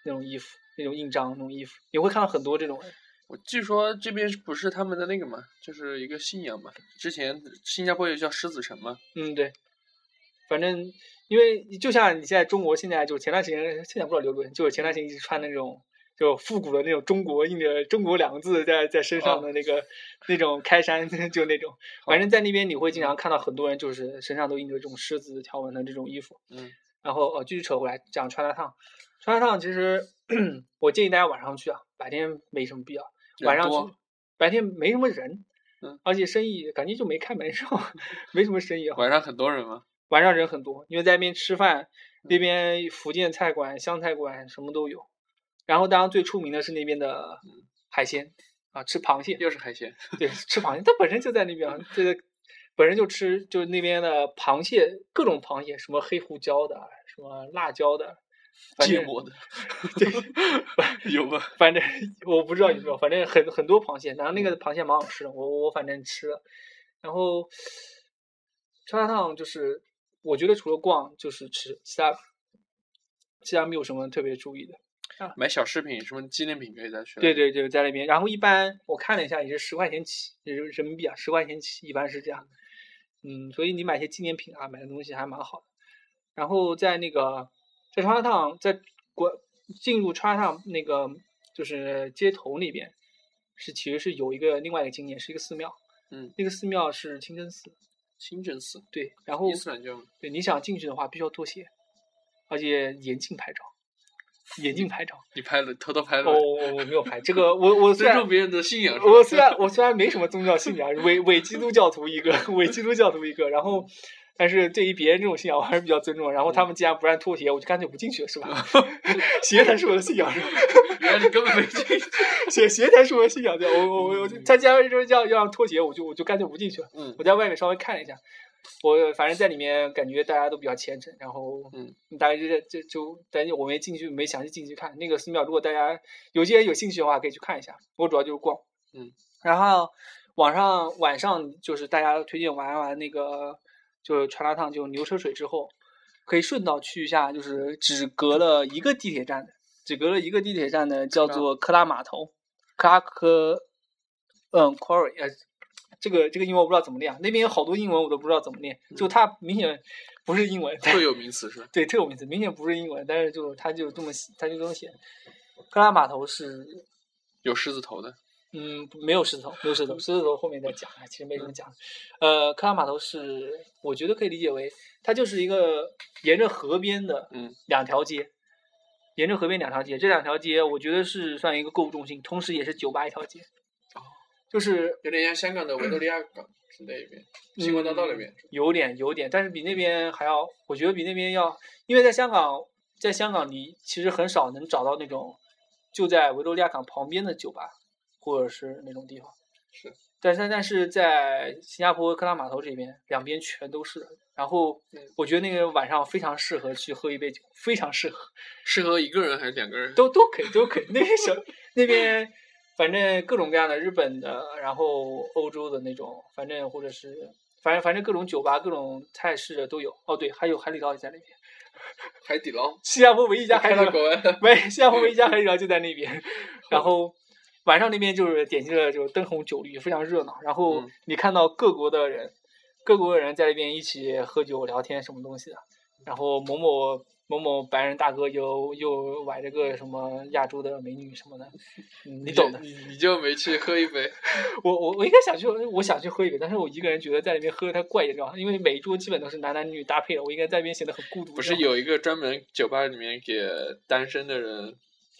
Speaker 2: 那种衣服。那种印章，那种衣服，你会看到很多这种人。
Speaker 3: 我据说这边是不是他们的那个嘛，就是一个信仰嘛。之前新加坡也叫狮子城嘛，
Speaker 2: 嗯，对，反正因为就像你现在中国现在就前段时间现在不知道刘伦，就是前段时间一直穿那种就复古的那种中国印着“中国”两个字在在身上
Speaker 3: 啊
Speaker 2: 的那个、 那种开衫， 就那种，反正在那边你会经
Speaker 3: 哦
Speaker 2: 常看到很多人就是身上都印着这种狮子条纹的这种衣服。
Speaker 3: 嗯，
Speaker 2: 然后哦，继续扯回来讲川辣烫，川辣烫其实 我建议大家晚上去啊，白天没什么必要。晚
Speaker 3: 人
Speaker 2: 上
Speaker 3: 多
Speaker 2: 去，白天没什么人，
Speaker 3: 嗯，
Speaker 2: 而且生意感觉就没开门市， 没什么生意啊。
Speaker 3: 晚上很多人嘛。
Speaker 2: 晚上人很多，因为在那边吃饭，那边福建菜馆、湘菜馆什么都有。然后，当然最出名的是那边的海鲜啊，吃螃蟹，
Speaker 3: 又是海鲜，
Speaker 2: 对，吃螃蟹，它本身就在那边啊，这个本身就吃，就是那边的螃蟹，各种螃蟹，什么黑胡椒的，啊什么辣椒的，反
Speaker 3: 芥
Speaker 2: 正
Speaker 3: 末 的
Speaker 2: 对，
Speaker 3: 有 吗？
Speaker 2: 反正我不知道有没有，反正很很多螃蟹，然后那个螃蟹蛮好吃的，我我反正吃了。然后川辣烫就是，我觉得除了逛就是吃，其他其他没有什么特别注意的。
Speaker 3: 买小饰品，什么纪念品可以再去。
Speaker 2: 对，对对，在那边。然后一般我看了一下，也是十块钱起，也就是人民币啊，十块钱起，一般是这样。嗯，所以你买一些纪念品啊，买的东西还蛮好的。然后在那个在川辣烫，在国进入川辣烫那个就是街头那边，是其实是有一个另外一个景点，是一个寺庙。
Speaker 3: 嗯，
Speaker 2: 那个寺庙是清真寺，
Speaker 3: 清真寺，
Speaker 2: 对。然后
Speaker 3: 伊斯兰教嘛。
Speaker 2: 对你想进去的话，必须要脱鞋，而且严禁拍照，严禁拍照。
Speaker 3: 你拍了，偷偷拍了
Speaker 2: 哦，，我我没有拍这个，我我虽
Speaker 3: 尊
Speaker 2: 然
Speaker 3: 重别人的信仰是吧。
Speaker 2: 我虽然我虽然没什么宗教信仰，伪伪基督教徒一个，伪基督教徒一个，然后，但是对于别人这种信仰，我还是比较尊重的。然后他们既然不让脱鞋，我就干脆不进去了，是吧？ 鞋才是我的信仰，是吧？
Speaker 3: 原来你根本没进去。
Speaker 2: 鞋鞋才是我的信仰，对，我我我我就，他既然说要要让脱鞋，我就我就干脆不进去了。
Speaker 3: 嗯
Speaker 2: 我在外面稍微看了一下，我反正在里面感觉大家都比较虔诚，然后
Speaker 3: 嗯，
Speaker 2: 大概就在就就，但是我没进去，没详细进去看那个寺庙。如果大家有些人有兴趣的话，可以去看一下。我主要就是逛，
Speaker 3: 嗯，
Speaker 2: 然后晚上晚上就是大家推荐玩完那个就是川辣烫，就牛车水之后，可以顺道去一下，就是只隔了一个地铁站的，只隔了一个地铁站的叫
Speaker 3: 吧
Speaker 2: 做克拉码头，克拉克，嗯，Quarry，呃，这个这个英文我不知道怎么念，啊那边有好多英文我都不知道怎么念，就它明显不是英文，
Speaker 3: 嗯特有名词是吧？
Speaker 2: 对特有名字，明显不是英文，但是就它就这么写，它就这么写。克拉码头是，
Speaker 3: 有狮子头的，
Speaker 2: 嗯，没有狮头，没有狮头，狮子头后面再讲，啊，其实没什么讲。呃，克拉码头是，我觉得可以理解为它就是一个沿着河边的，
Speaker 3: 嗯，
Speaker 2: 两条街，沿着河边两条街，这两条街我觉得是算一个购物中心，同时也是酒吧一条街，就是
Speaker 3: 有点像香港的维多利亚港之类边，
Speaker 2: 嗯，有点有点，但是比那边还要，我觉得比那边要，因为在香港，在香港你其实很少能找到那种就在维多利亚港旁边的酒吧，或者是那种地方。
Speaker 3: 是，
Speaker 2: 但但但是在新加坡克拉码头这边，两边全都是。然后
Speaker 3: 嗯
Speaker 2: 我觉得那个晚上非常适合去喝一杯酒，非常适合，
Speaker 3: 适合一个人还是两个人？
Speaker 2: 都都可以，都可以。那边小那边，反正各种各样的日本的，然后欧洲的那种，反正或者是反正反正各种酒吧、各种菜式的都有。哦，对，还有海底捞也在那边，
Speaker 3: 海底捞
Speaker 2: 新加坡唯一一家 海
Speaker 3: 开
Speaker 2: 底
Speaker 3: 到
Speaker 2: 捞
Speaker 3: 国外了，
Speaker 2: 没，新加坡一家海底捞就在那边。然后晚上那边就是典型的就是灯红酒绿，非常热闹。然后
Speaker 3: 嗯
Speaker 2: 你看到各国的人，各国的人在那边一起喝酒聊天什么东西的。然后某某某某白人大哥又又崴着个什么亚洲的美女什么的，嗯 你懂的。
Speaker 3: 你你就没去喝一 杯？
Speaker 2: 我我我应该想去，我想去喝一杯，但是我一个人觉得在那边喝太怪，你知道吗？因为每一桌基本都是男男女女搭配的，我应该在那边显得很孤独。
Speaker 3: 不
Speaker 2: 你
Speaker 3: 是
Speaker 2: 知道吗
Speaker 3: 有一个专门酒吧里面给单身的人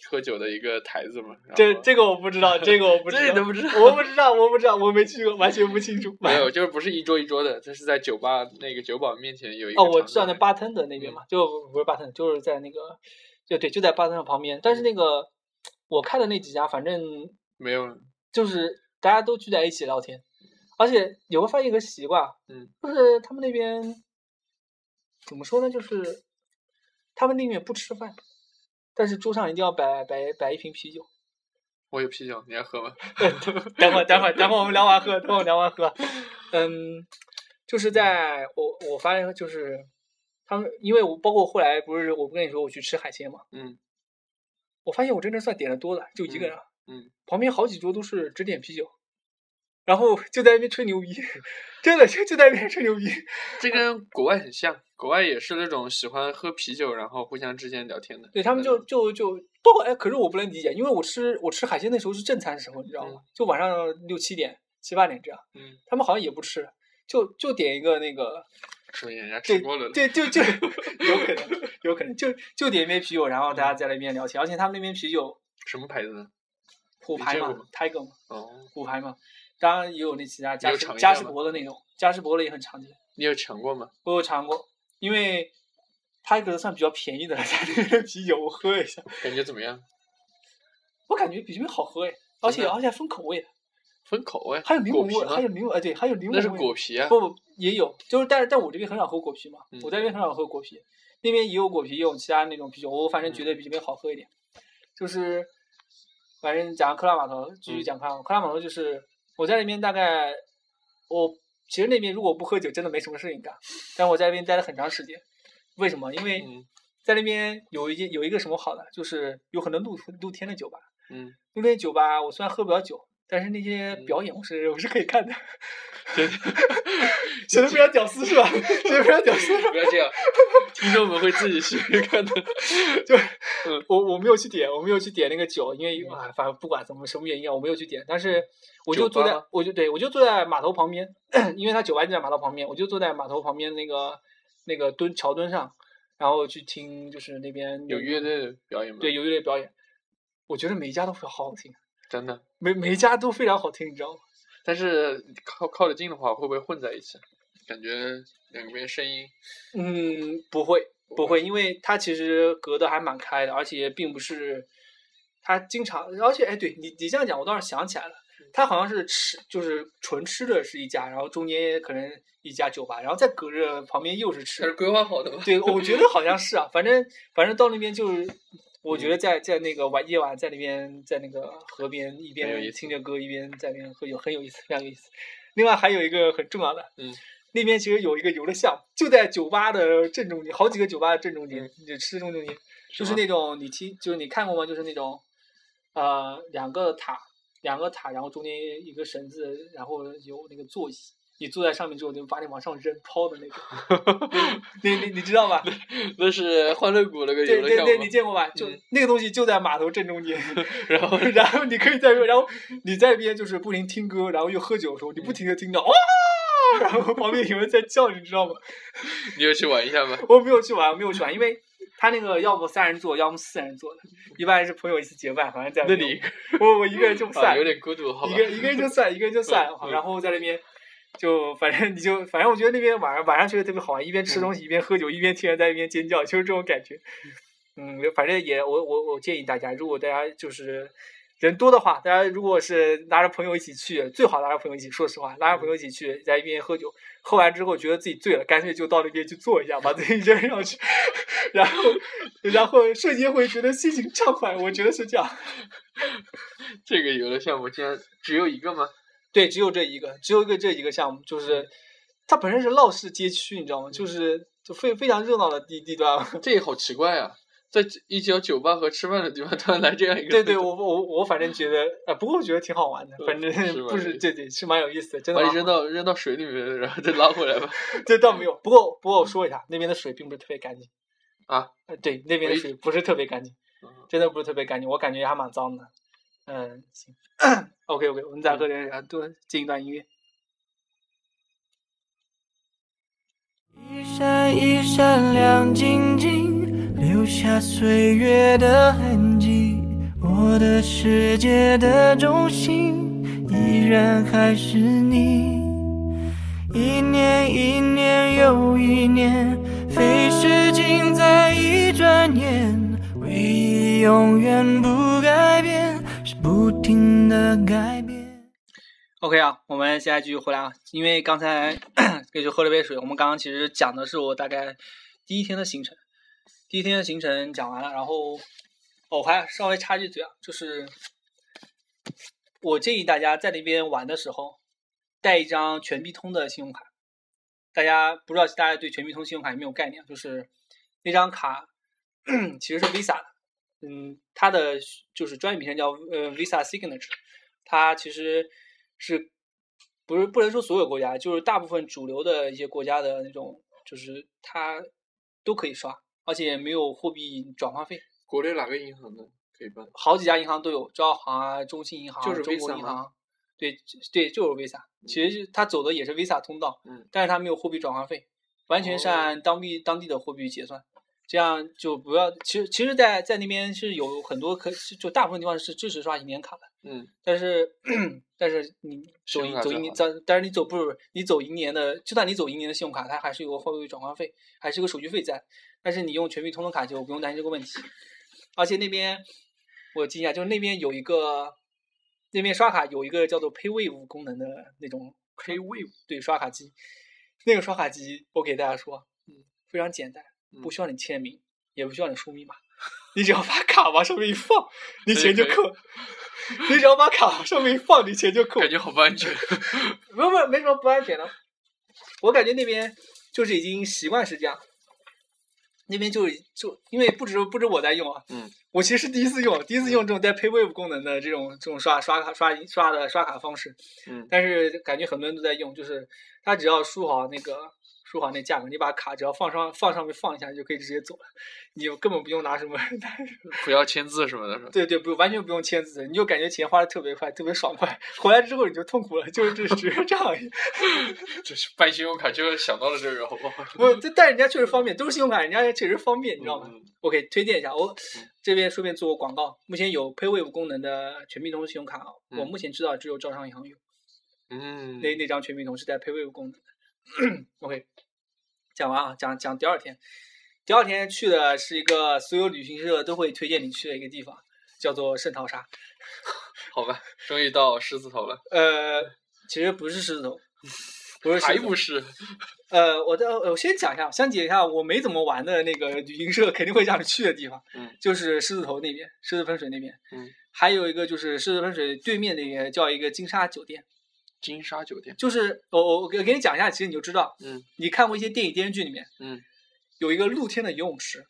Speaker 3: 喝酒的一个台子吗？然
Speaker 2: 这
Speaker 3: 后
Speaker 2: 这个我不知道，这个我不知道，
Speaker 3: 这你都不知道
Speaker 2: 我不知道，我不知道，我没去过，完全不清楚。
Speaker 3: 没有，就是不是一桌一桌的，它是在酒吧那个酒保面前有一个嗯
Speaker 2: 哦，我
Speaker 3: 长
Speaker 2: 知道
Speaker 3: 的
Speaker 2: 那巴腾的那边嘛，就不是巴腾，就是在那个，就对，就在巴腾的旁边。但是那
Speaker 3: 嗯
Speaker 2: 个我看的那几家，反正
Speaker 3: 没有，
Speaker 2: 就是大家都聚在一起聊天，而且你会发现一个习惯，
Speaker 3: 嗯，
Speaker 2: 就是他们那边怎么说呢，就是他们宁愿不吃饭，但是桌上一定要摆摆摆一瓶啤酒。
Speaker 3: 我有啤酒，你要喝吗？
Speaker 2: 等会儿，等会儿，等会儿，我们聊完喝，等会儿我聊完喝。嗯，就是在我我发现就是他们，因为我包括后来不是我不跟你说我去吃海鲜嘛，
Speaker 3: 嗯，
Speaker 2: 我发现我真正算点的多的，就一个人啊，
Speaker 3: 嗯，
Speaker 2: 旁边好几桌都是只点啤酒，然后就在那边吹牛逼， 真的就就在那边吹牛逼。
Speaker 3: 这跟国外很像，国外也是那种喜欢喝啤酒，然后互相之间聊天的。
Speaker 2: 对他们
Speaker 3: 嗯
Speaker 2: 就就就包括哎，可是我不能理解，因为我吃我吃海鲜那时候是正餐时候，你知道吗？就晚上六七点、七八点这样，
Speaker 3: 嗯，
Speaker 2: 他们好像也不吃，就就点一个那个。
Speaker 3: 说明人家
Speaker 2: 对
Speaker 3: 吃过了的。
Speaker 2: 对，就 就有可能，有可能就就点一杯啤酒，然后大家在那边聊天，而且他们那边啤酒
Speaker 3: 什么牌子呢？
Speaker 2: 虎
Speaker 3: 你
Speaker 2: 牌
Speaker 3: 见
Speaker 2: 嘛
Speaker 3: 过吗
Speaker 2: ，Tiger 嘛，
Speaker 3: 哦，
Speaker 2: 虎牌嘛，当然也有那其他嘉
Speaker 3: 有
Speaker 2: 士
Speaker 3: 尝一
Speaker 2: 嘉
Speaker 3: 下
Speaker 2: 士
Speaker 3: 吗
Speaker 2: 伯的那种，嘉士伯的也很常见，
Speaker 3: 你有尝过吗？
Speaker 2: 我有尝过，因为 Tiger 算比较便宜的了，在那边啤酒我喝了一下，
Speaker 3: 感觉怎么样？
Speaker 2: 我感觉比这边好喝哎，而且
Speaker 3: 真的
Speaker 2: 而且还分口味的，
Speaker 3: 分口味，啊
Speaker 2: 还有柠
Speaker 3: 果
Speaker 2: 檬
Speaker 3: 皮
Speaker 2: 味，还有
Speaker 3: 吗？
Speaker 2: 柠檬哎对，还有柠檬
Speaker 3: 那
Speaker 2: 味，
Speaker 3: 是果皮啊。
Speaker 2: 不不也有，就是但但我这边很少喝果啤嘛，
Speaker 3: 嗯
Speaker 2: 我在这边很少喝果啤，那边也有果啤，也有其他那种啤酒，我反正
Speaker 3: 嗯
Speaker 2: 觉得比这边好喝一点。就是，反正讲克拉码头，继续
Speaker 3: 嗯
Speaker 2: 讲克拉码头。克拉码头就是我在那边大概，我其实那边如果不喝酒，真的没什么事情干。但我在那边待了很长时间，为什么？因为
Speaker 3: 嗯
Speaker 2: 在那边有一件有一个什么好的，就是有很多露露天的酒吧。
Speaker 3: 嗯，
Speaker 2: 露天酒吧我虽然喝不了酒，但是那些表演我是、我是可以看 的。
Speaker 3: 对，
Speaker 2: 显得非常屌丝 是吧？显得非常屌丝。
Speaker 3: 不要这样，听众们会自己去看的。
Speaker 2: 我我没有去点，我没有去点那个酒，因为啊，反正不管怎么什么原因啊，我没有去点。但是我就
Speaker 3: 嗯酒
Speaker 2: 坐
Speaker 3: 吧
Speaker 2: 在
Speaker 3: 吗，
Speaker 2: 我就对我就坐在码头旁边， 因为他酒吧就在码头旁边，我就坐在码头旁边那个那个墩桥墩上，然后去听就是那边
Speaker 3: 有乐，队的表演吗？
Speaker 2: 对，有乐队表演，我觉得每一家都非常好好听，
Speaker 3: 真的。
Speaker 2: 每每一家都非常好听，你知道吗？
Speaker 3: 但是靠靠得近的话，会不会混在一起？感觉两边声音
Speaker 2: 嗯，不会，不会，因为它其实隔得还蛮开的，而且并不是它经常，而且哎，对你你这样讲，我倒是想起来了，它好像是吃就是纯吃的是一家，然后中间可能一家酒吧，然后再隔着旁边又是吃
Speaker 3: 它是
Speaker 2: 的。
Speaker 3: 规划好的吗？
Speaker 2: 对，我觉得好像是啊，反正反正到那边就是，我
Speaker 3: 嗯
Speaker 2: 觉得在在那个晚夜晚在那边在那个河边一
Speaker 3: 很有
Speaker 2: 边
Speaker 3: 意思
Speaker 2: 听着歌一边在那边喝酒，很有意思，非常有意思。另外还有一个很重要的，
Speaker 3: 嗯，
Speaker 2: 那边其实有一个游乐项目，就在酒吧的正中间，好几个酒吧的正中间，
Speaker 3: 嗯
Speaker 2: 就吃正中间，就是
Speaker 3: 吗
Speaker 2: 那种你听，就是你看过吗？就是那种，呃，两个塔，两个塔，然后中间一个绳子，然后有那个座椅。你坐在上面之后，就把你往上扔抛的那种， 你你你知道吧？
Speaker 3: 那是欢乐谷那个
Speaker 2: 对
Speaker 3: 游乐
Speaker 2: 对
Speaker 3: 项
Speaker 2: 对，
Speaker 3: 目
Speaker 2: 你，见过吧？就、
Speaker 3: 嗯
Speaker 2: 那个东西就在码头正中间，
Speaker 3: 然后
Speaker 2: 然后你可以在，然后你在一边就是不停听歌，然后又喝酒的时候，你不停的听到啊，然后旁边有人在叫，你知道吗？
Speaker 3: 你有去玩一下吗？啊
Speaker 2: 我没有去玩，我没有去玩，因为他那个要不三人座，要么四人座的，一般是朋友一起结伴，好像在
Speaker 3: 那
Speaker 2: 边
Speaker 3: 你一
Speaker 2: 我我一个人就不
Speaker 3: 啊，
Speaker 2: 算，
Speaker 3: 有点孤独，好吧
Speaker 2: 一？个一个人就算，一个人就算，
Speaker 3: 嗯
Speaker 2: 然后在那边就反正你就反正我觉得那边晚上晚上觉得特别好玩，一边
Speaker 3: 嗯
Speaker 2: 吃东西一边喝酒，一边听人在一边尖叫，就是这种感觉。嗯，反正也我我我建议大家，如果大家就是人多的话，大家如果是拉着朋友一起去，最好拉着朋友一起。说实话，拉着朋友一起去，在一边喝酒，喝完之后觉得自己醉了，干脆就到那边去坐一下，把自己扔上去， 然后，然后瞬间会觉得心情畅快。我觉得是这样。
Speaker 3: 这个游乐项目竟然只有一个吗？
Speaker 2: 对，只有这一个，只有一个这一个项目，
Speaker 3: 嗯
Speaker 2: 就是它本身是闹市街区，你知道吗？就是就非非常热闹的地地段。
Speaker 3: 这也好奇怪啊，在一条酒吧和吃饭的地方，突然来这样一个，嗯
Speaker 2: 对 对，我我我反正觉得，呃，不过我觉得挺好玩的，反正
Speaker 3: 是吧
Speaker 2: 不是对对是蛮有意思的，真的
Speaker 3: 把
Speaker 2: 蛮
Speaker 3: 你
Speaker 2: 好
Speaker 3: 扔到扔到水里面，然后再拉回来吧。
Speaker 2: 这倒没有，
Speaker 3: 嗯
Speaker 2: 不过不过我说一下，那边的水并不是特别干净
Speaker 3: 啊
Speaker 2: 呃对，那边的
Speaker 3: 喂
Speaker 2: 水不是特别干净
Speaker 3: 嗯，
Speaker 2: 真的不是特别干净，我感觉还蛮脏的。嗯，行 ，OK OK，我们
Speaker 3: 嗯
Speaker 2: 再喝点啥，多进一段音乐。
Speaker 1: 一闪一闪亮晶晶，留下岁月的痕迹。我的世界的中心，依然还是你。一年一年又一年，飞逝尽在一转眼。唯一永远不改变，是不停的改变。
Speaker 2: OK 啊，我们现在继续回来啊，因为刚才 也就喝了杯水。我们刚刚其实讲的是我大概第一天的行程，第一天的行程讲完了，然后哦我还稍微插一句嘴啊，就是我建议大家在那边玩的时候带一张全币通的信用卡。大家不知道大家对全币通信用卡有没有概念？啊就是那张卡 其实是 Visa 的，嗯，它的就是专业名称叫呃 Visa Signature，它其实是不是不能说所有国家，就是大部分主流的一些国家的那种，就是它都可以刷，而且没有货币转换费，
Speaker 3: 国内哪个银行的可以办？
Speaker 2: 好几家银行都有，招行啊、中信银行啊、
Speaker 3: 就是
Speaker 2: 中国
Speaker 3: Visa
Speaker 2: 银
Speaker 3: 吗
Speaker 2: 行，对对，就是 Visa，其实它走的也是 Visa 通道，
Speaker 3: 嗯，
Speaker 2: 但是它没有货币转换费，完全是
Speaker 3: 哦
Speaker 2: 按当地当地的货币结算，这样就不要。其实其实在，在那边是有很多可，就大部分地方是支持刷银联卡的，
Speaker 3: 嗯，
Speaker 2: 但是但是你走
Speaker 3: 信用
Speaker 2: 一
Speaker 3: 卡
Speaker 2: 走
Speaker 3: 最
Speaker 2: 一年，
Speaker 3: 好
Speaker 2: 但但是你走不是你走一年的，就算你走一年的信用卡，它还是有个货币转换费，还是个手续费在。但是你用全民通通卡就不用担心这个问题。而且那边我记一下，就是那边有一个，那边刷卡有一个叫做 PayWave 功能的那种 PayWave 对刷卡机，那个刷卡机我给大家说，嗯，非常简单，不
Speaker 3: 嗯
Speaker 2: 需要你签名，也不需要你输密码，你只要把卡往上面一放，你
Speaker 3: 所以
Speaker 2: 钱就
Speaker 3: 可以
Speaker 2: 扣。 你只要把卡往上面一放，你钱就扣。
Speaker 3: 感觉好不安全。
Speaker 2: 没有没有没什么不安全的。我感觉那边就是已经习惯是这样，那边就是就因为不止不止我在用啊，
Speaker 3: 嗯，
Speaker 2: 我其实是第一次用，第一次用这种带 PayWave 功能的这种这种刷刷卡刷刷的刷卡方式，
Speaker 3: 嗯
Speaker 2: 但是感觉很多人都在用，就是他只要输好那个输好那价格，你把卡只要放上放上面放一下就可以直接走了，你就根本不用拿什么，
Speaker 3: 不要签字什么的，是吧？
Speaker 2: 对对，不完全不用签字，你就感觉钱花的特别快，特别爽快，回来之后你就痛苦了，就是这只是这样。
Speaker 3: 就是办信用卡就想到了这个，好不好？
Speaker 2: 不，这但人家确实方便，都是信用卡，人家确实方便，你知道吗、
Speaker 3: 嗯
Speaker 2: o k 推荐一下，我这边顺便做个广告，目前有 PayWave 功能的全民通信用卡，我
Speaker 3: 嗯
Speaker 2: 目前知道只有招商银行有，
Speaker 3: 嗯，
Speaker 2: 那那张全民通是带 PayWave 功能的。OK，讲完啊，讲讲第二天，第二天去的是一个所有旅行社都会推荐你去的一个地方，叫做圣淘沙。
Speaker 3: 好吧，终于到狮子头了，
Speaker 2: 呃，其实不是狮子头，不是狮
Speaker 3: 还
Speaker 2: 子头
Speaker 3: 不是？
Speaker 2: 呃，我的呃我先讲一下，先解一下我没怎么玩的那个旅行社肯定会让你去的地方，
Speaker 3: 嗯
Speaker 2: 就是狮子头那边，狮子喷水那边，
Speaker 3: 嗯，
Speaker 2: 还有一个就是狮子喷水对面那边叫一个金沙酒店，
Speaker 3: 金沙酒店，
Speaker 2: 就是我我我给给你讲一下，其实你就知道，
Speaker 3: 嗯
Speaker 2: 你看过一些电影电视剧里面
Speaker 3: 嗯
Speaker 2: 有一个露天的游泳池，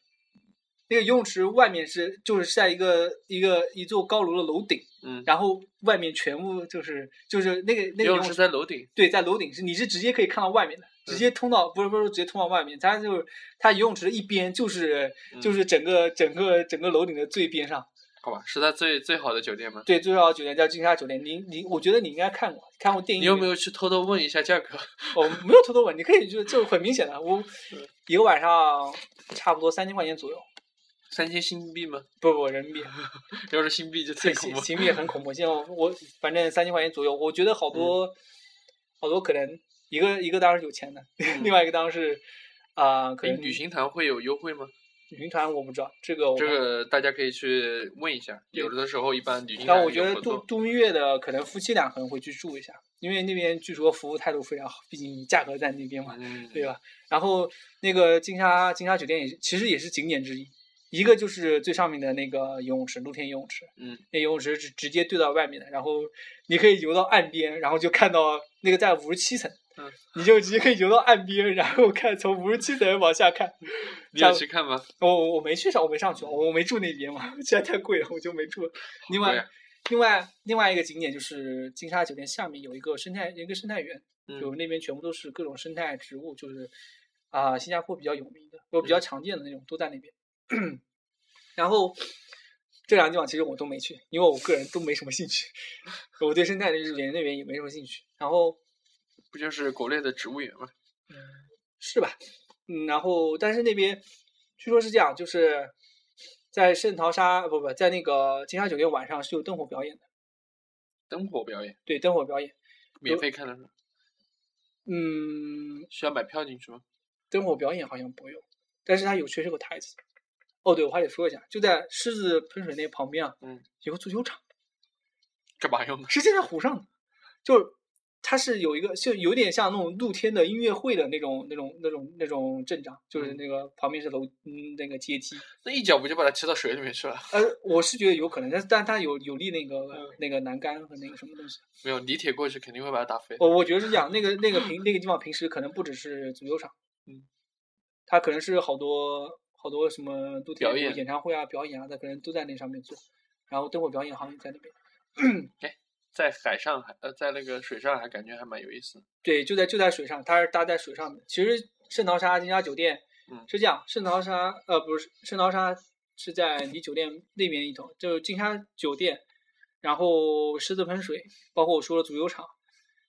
Speaker 2: 那个游泳池外面是就是在一个一个一座高楼的楼顶，
Speaker 3: 嗯，
Speaker 2: 然后外面全部就是就是那个那个
Speaker 3: 游
Speaker 2: 游
Speaker 3: 泳
Speaker 2: 泳
Speaker 3: 池
Speaker 2: 池
Speaker 3: 在楼顶，
Speaker 2: 对，在楼顶是你是直接可以看到外面的，直
Speaker 3: 嗯
Speaker 2: 接通到不是不是直接通到外面，它就是它游泳池的一边就是就
Speaker 3: 嗯
Speaker 2: 是整个整个整个楼顶的最边上。
Speaker 3: 好吧，是它最最好的酒店吗？
Speaker 2: 对，最好酒店叫金沙酒店，你你我觉得你应该看过，看过电影。
Speaker 3: 你有没
Speaker 2: 有？
Speaker 3: 有去偷偷问一下价格？
Speaker 2: 我没有偷偷问，你可以就就很明显的，我一个晚上差不多三千块钱左右，
Speaker 3: 三千新币吗？
Speaker 2: 不不人民币。
Speaker 3: 要是新币就太
Speaker 2: 对，
Speaker 3: 恐
Speaker 2: 行
Speaker 3: 怖。
Speaker 2: 行币也很恐怖。现在我我反正三千块钱左右，我觉得
Speaker 3: 嗯
Speaker 2: 好多、好多可能一
Speaker 3: 嗯
Speaker 2: 个一个当然是有钱的，另外一个当然是啊、可
Speaker 3: 诶
Speaker 2: 能
Speaker 3: 旅行团会有优惠吗？
Speaker 2: 旅行团我不知道这个我
Speaker 3: 这
Speaker 2: 不
Speaker 3: 个大家可以去问一下，有的时候一般旅行
Speaker 2: 但
Speaker 3: 团
Speaker 2: 啊我觉
Speaker 3: 有
Speaker 2: 得
Speaker 3: 活
Speaker 2: 度
Speaker 3: 动
Speaker 2: 度蜜月的可能夫妻俩可能会去住一下，因为那边据说服务态度非常好，毕竟价格在那边嘛，
Speaker 3: 嗯，
Speaker 2: 对啊吧？然后那个金沙金沙酒店也是其实也是景点之一，一个就是最上面的那个游泳池，露天游泳池，
Speaker 3: 嗯，
Speaker 2: 那游泳池是直接对到外面的，然后你可以游到岸边，然后就看到那个在五十七层，
Speaker 3: 嗯，
Speaker 2: 你就直接可以游到岸边，然后看从五十七层往下看。
Speaker 3: 你有
Speaker 2: 像
Speaker 3: 去看吗？
Speaker 2: 我我没去上，我没上去，我没住那边嘛， 实在太贵了，我就没住。另
Speaker 3: 贵
Speaker 2: 外
Speaker 3: 啊，
Speaker 2: 另外另外一个景点就是金沙酒店下面有一个生态一个生态园，就
Speaker 3: 嗯
Speaker 2: 那边全部都是各种生态植物，就是啊、新加坡比较有名的，我比较
Speaker 3: 嗯
Speaker 2: 常见的那种都在那边。 然后这两个地方其实我都没去，因为我个人都没什么兴趣， 我对生态就是连那边也没什么兴趣。然后
Speaker 3: 不就是国内的植物园吗？
Speaker 2: 是吧？嗯，然后但是那边据说是这样，就是在圣淘沙不不在那个金沙酒店晚上是有灯火表演的，
Speaker 3: 灯火表演，
Speaker 2: 对，灯火表演，
Speaker 3: 免费看的是吗？
Speaker 2: 嗯，
Speaker 3: 需要买票进去吗？
Speaker 2: 灯火表演好像不用，但是它有缺这个台子。哦，对，我还得说一下，就在狮子喷水那旁边啊，
Speaker 3: 嗯，
Speaker 2: 有个足球场，
Speaker 3: 干嘛用的？
Speaker 2: 是建在湖上的，就是它是有一个，就有点像那种露天的音乐会的那种、那种、那种、那种阵仗，就是
Speaker 3: 嗯
Speaker 2: 那个旁边是楼，嗯，那个阶梯，
Speaker 3: 那一脚不就把它踢到水里面去了？
Speaker 2: 呃，我是觉得有可能，但是但它有有立那个、
Speaker 3: 嗯
Speaker 2: 那个栏杆和那个什么东西。
Speaker 3: 没有，李铁过去肯定会把它打飞。
Speaker 2: 我我觉得是这样，那个那个平那个地方平时可能不只是足球场，
Speaker 3: 嗯，
Speaker 2: 它可能是好多好多什么露天
Speaker 3: 表演
Speaker 2: 演唱会啊、表演啊，它可能都在那上面做。然后灯火表演好像也在那边，
Speaker 3: 在海上还呃，在那个水上还感觉还蛮有意思的。
Speaker 2: 对，就在就在水上，它是搭在水上面。其实圣淘沙金沙酒店
Speaker 3: 嗯
Speaker 2: 是这样，圣淘沙呃不是圣淘沙是在离酒店那边一头，就是金沙酒店，然后狮子喷水，包括我说的足球场，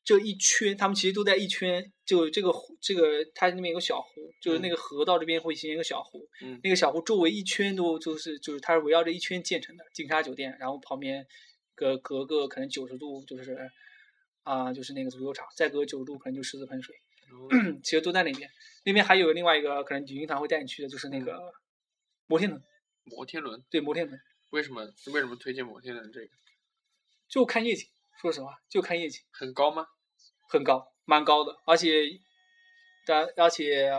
Speaker 2: 这一圈他们其实都在一圈，就这个湖这个它那边有个小湖，就是那
Speaker 3: 嗯
Speaker 2: 个河到这边会形成一个小湖，
Speaker 3: 嗯
Speaker 2: 那个小湖周围一圈都就是就是它是围绕着一圈建成的金沙酒店，然后旁边隔隔个可能九十度就是啊、就是那个足球场，再隔九十度可能就狮子喷水，
Speaker 3: 哦
Speaker 2: 其实都在那边。那边还有另外一个可能旅行团会带你去的，就是那
Speaker 3: 嗯
Speaker 2: 个摩天轮，
Speaker 3: 摩天轮
Speaker 2: 对摩天轮，
Speaker 3: 为什么为什么推荐摩天轮这个？
Speaker 2: 就看夜景。说实话，就看夜景，
Speaker 3: 很高吗？
Speaker 2: 很高，蛮高的，而且。但而且，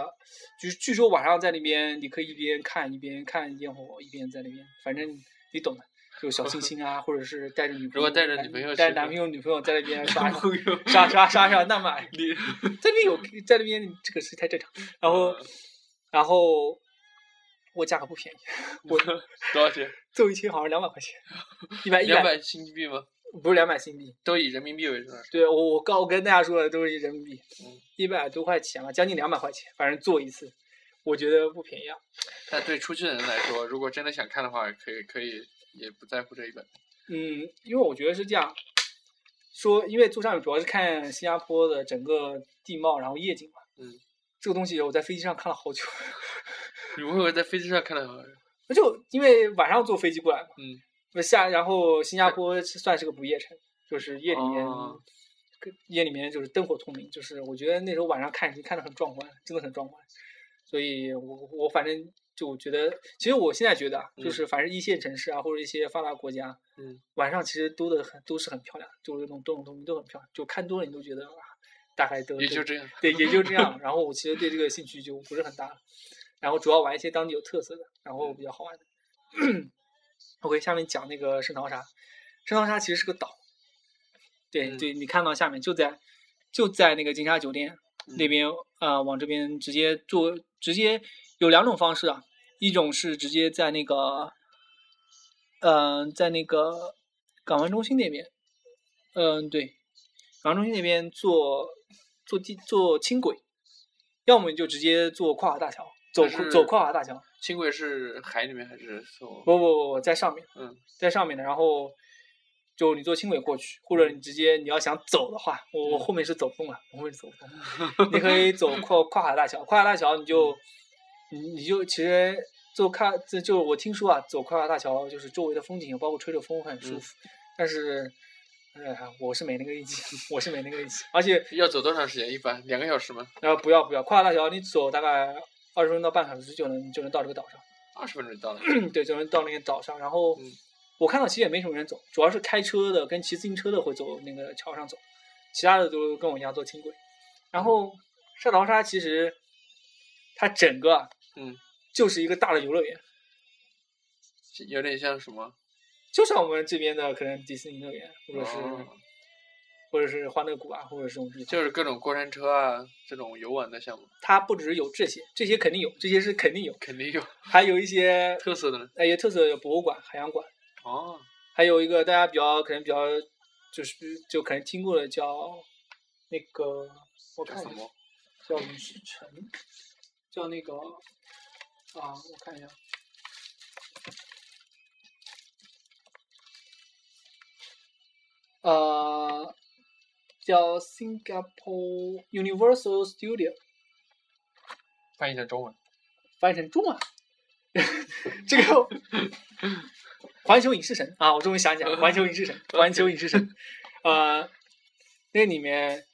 Speaker 2: 就是据说晚上在那边，你可以一边看一边看烟火，一边在那边，反正你懂的，就小清新啊，或者是带着女朋友，
Speaker 3: 如果带着
Speaker 2: 男
Speaker 3: 女朋友
Speaker 2: 带
Speaker 3: 去
Speaker 2: 着男朋友女朋友在那 边刷
Speaker 3: 男朋友
Speaker 2: 刷刷刷刷，那么
Speaker 3: 你
Speaker 2: 在那边有在那边这个是太正常。然后
Speaker 3: 嗯，
Speaker 2: 然后我价格不便宜，我
Speaker 3: 多少钱？
Speaker 2: 最后一天好像两百块钱，一百一
Speaker 3: 两百新币吗？
Speaker 2: 不是两百新币。
Speaker 3: 都以人民币为啊准。
Speaker 2: 对我我告我跟大家说的都是人民币
Speaker 3: 嗯，
Speaker 2: 一百多块钱吧，将近两百块钱，反正做一次，我觉得不便宜啊。
Speaker 3: 但对出去的人来说，如果真的想看的话，可以可以也不在乎这一本。
Speaker 2: 嗯，因为我觉得是这样，说因为坐上去主要是看新加坡的整个地貌，然后夜景嘛。
Speaker 3: 嗯，
Speaker 2: 这个东西我在飞机上看了好久。
Speaker 3: 你会不会在飞机上看到？
Speaker 2: 那就因为晚上坐飞机过来嘛，
Speaker 3: 嗯，
Speaker 2: 那下然后新加坡是算是个不夜城，就是夜里面、
Speaker 3: 哦
Speaker 2: 跟夜里面就是灯火通明，就是我觉得那时候晚上看已经看得很壮观，真的很壮观。所以我我反正就觉得，其实我现在觉得啊，就
Speaker 3: 嗯
Speaker 2: 是凡是一线城市啊，或者一些发达国家，
Speaker 3: 嗯，
Speaker 2: 晚上其实都的很都是很漂亮，就是那种灯火通明都很漂亮，就看多了你都觉得啊，大概都
Speaker 3: 也
Speaker 2: 都
Speaker 3: 就这样。
Speaker 2: 对，也就这样。然后我其实对这个兴趣就不是很大了，然后主要玩一些当地有特色的，然后比较好玩的。OK，下面讲那个圣淘沙，圣淘沙其实是个岛，对、
Speaker 3: 嗯
Speaker 2: 对，你看到下面就在就在那个金沙酒店那
Speaker 3: 嗯
Speaker 2: 边，呃，往这边直接坐，直接有两种方式啊，一种是直接在那个，嗯、在那个港湾中心那边，嗯、对，港湾中心那边坐坐地坐轻轨，要么你就直接坐跨海大桥，走
Speaker 3: 但是
Speaker 2: 走跨海大桥，
Speaker 3: 轻轨是海里面还是走？
Speaker 2: 不不不不，在上面，
Speaker 3: 嗯，
Speaker 2: 在上面的，然后就你坐轻轨过去，或者你直接你要想走的话，我我
Speaker 3: 嗯
Speaker 2: 后面是走不动了，我后面是走不 动，你可以走跨跨海大桥，跨海大桥你就
Speaker 3: 嗯
Speaker 2: 你你就其实就看这就是我听说啊，走跨海大桥就是周围的风景，包括吹着风很舒
Speaker 3: 嗯
Speaker 2: 服，但是。呃，我是没那个力气，我是没那个力气，而且呃
Speaker 3: 要走多长时间？一般两个小时吗？
Speaker 2: 然后不要不要，跨大桥你走大概二十分钟到半小时就能就能到这个岛上，
Speaker 3: 二十分钟就到了。
Speaker 2: 对，就是到那个岛上，然后
Speaker 3: 嗯
Speaker 2: 我看到其实也没什么人走，主要是开车的跟骑自行车的会走那个桥上走，其他的都跟我一样坐轻轨。
Speaker 3: 嗯
Speaker 2: 然后沙劳沙其实它整个啊
Speaker 3: 嗯，
Speaker 2: 就是一个大的游乐园，
Speaker 3: 有点像什么？
Speaker 2: 就像我们这边的可能迪士尼乐园，或者是、
Speaker 3: 哦
Speaker 2: 或者是欢乐谷啊，或者是这种地方，
Speaker 3: 就是各种过山车啊，这种游玩的项目
Speaker 2: 它不只有这些，这些肯定有，这些是肯定有，
Speaker 3: 肯定有
Speaker 2: 还有一些
Speaker 3: 特色的呢。
Speaker 2: 呃一些特色的博物馆、海洋馆，
Speaker 3: 哦，
Speaker 2: 还有一个大家比较可能比较就是就可能听过的叫那个我
Speaker 3: 叫
Speaker 2: 看
Speaker 3: 什
Speaker 2: 一下
Speaker 3: 么？
Speaker 2: 叫什么城，叫那个啊，我看一下。呃，叫 Singapore Universal Studio，
Speaker 3: 翻译成中文。
Speaker 2: 翻译成中文， 这个环球影视城啊，我终于想起来了，环球影视城，环球影视城，呃，那里面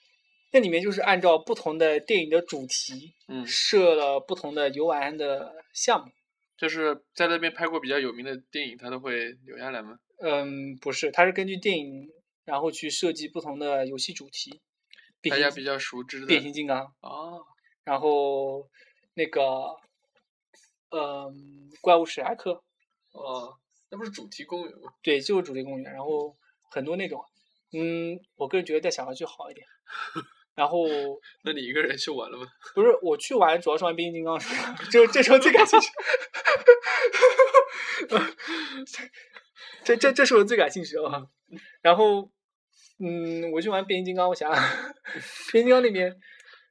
Speaker 2: 那里面就是按照不同的电影的主题，
Speaker 3: 嗯，
Speaker 2: 设了不同的游玩的项目。
Speaker 3: 就是在那边拍过比较有名的电影，他都会留下来吗？
Speaker 2: 嗯，不是，它是根据电影，然后去设计不同的游戏主题，变
Speaker 3: 大家比
Speaker 2: 形
Speaker 3: 较熟知的。
Speaker 2: 变形金刚，
Speaker 3: 哦，
Speaker 2: 然后那个，嗯，怪物史莱克，
Speaker 3: 哦，那不是主题公园吗？
Speaker 2: 对，就是主题公园，然后很多那种，嗯，我个人觉得带小孩去好一点。然后
Speaker 3: 那你一个人去玩了吗？
Speaker 2: 不是我去玩，主要是玩变形金刚，就这时候 最感兴趣。这这这是我最感兴趣的了。然后，嗯，我去玩变形金刚，我想变形金刚那边，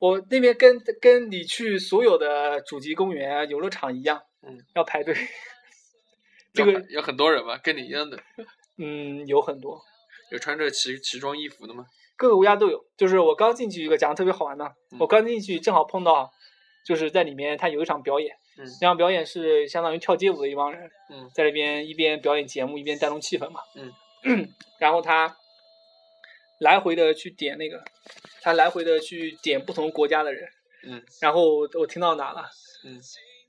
Speaker 2: 我那边跟跟你去所有的主题公园啊、游乐场一样，
Speaker 3: 嗯，
Speaker 2: 要排队。这个
Speaker 3: 有很有很多人吧，跟你一样的，
Speaker 2: 嗯，有很多，
Speaker 3: 有穿着奇奇装异服的吗？
Speaker 2: 各个国家都有。就是我刚进去一个讲的特别好玩的，
Speaker 3: 嗯
Speaker 2: 我刚进去正好碰到，就是在里面他有一场表演，
Speaker 3: 嗯
Speaker 2: 那场表演是相当于跳街舞的一帮人，
Speaker 3: 嗯
Speaker 2: 在这边一边表演节目一边带动气氛嘛。
Speaker 3: 嗯
Speaker 2: 然后他来回的去点那个，他来回的去点不同国家的人，
Speaker 3: 嗯
Speaker 2: 然后我我听到哪了？
Speaker 3: 嗯，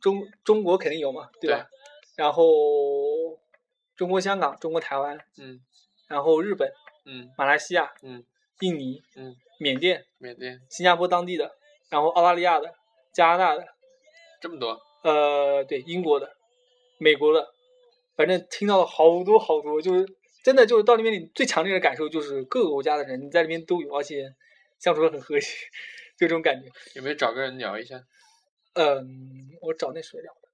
Speaker 2: 中中国肯定有嘛，对吧？然后中国香港、中国台湾，
Speaker 3: 嗯
Speaker 2: 然后日本、
Speaker 3: 嗯
Speaker 2: 马来西亚、
Speaker 3: 嗯，
Speaker 2: 印尼、
Speaker 3: 嗯、
Speaker 2: 缅甸、
Speaker 3: 缅甸
Speaker 2: 新加坡当地的，然后澳大利亚的、加拿大的，
Speaker 3: 这么多，
Speaker 2: 呃，对，英国的、美国的，反正听到了好多好多，就是真的就是到那边你最强烈的感受就是各个国家的人你在那边都有，而且相处的很和谐， 就这种感觉。
Speaker 3: 有没有找个人聊一下？
Speaker 2: 嗯，我找那谁聊的？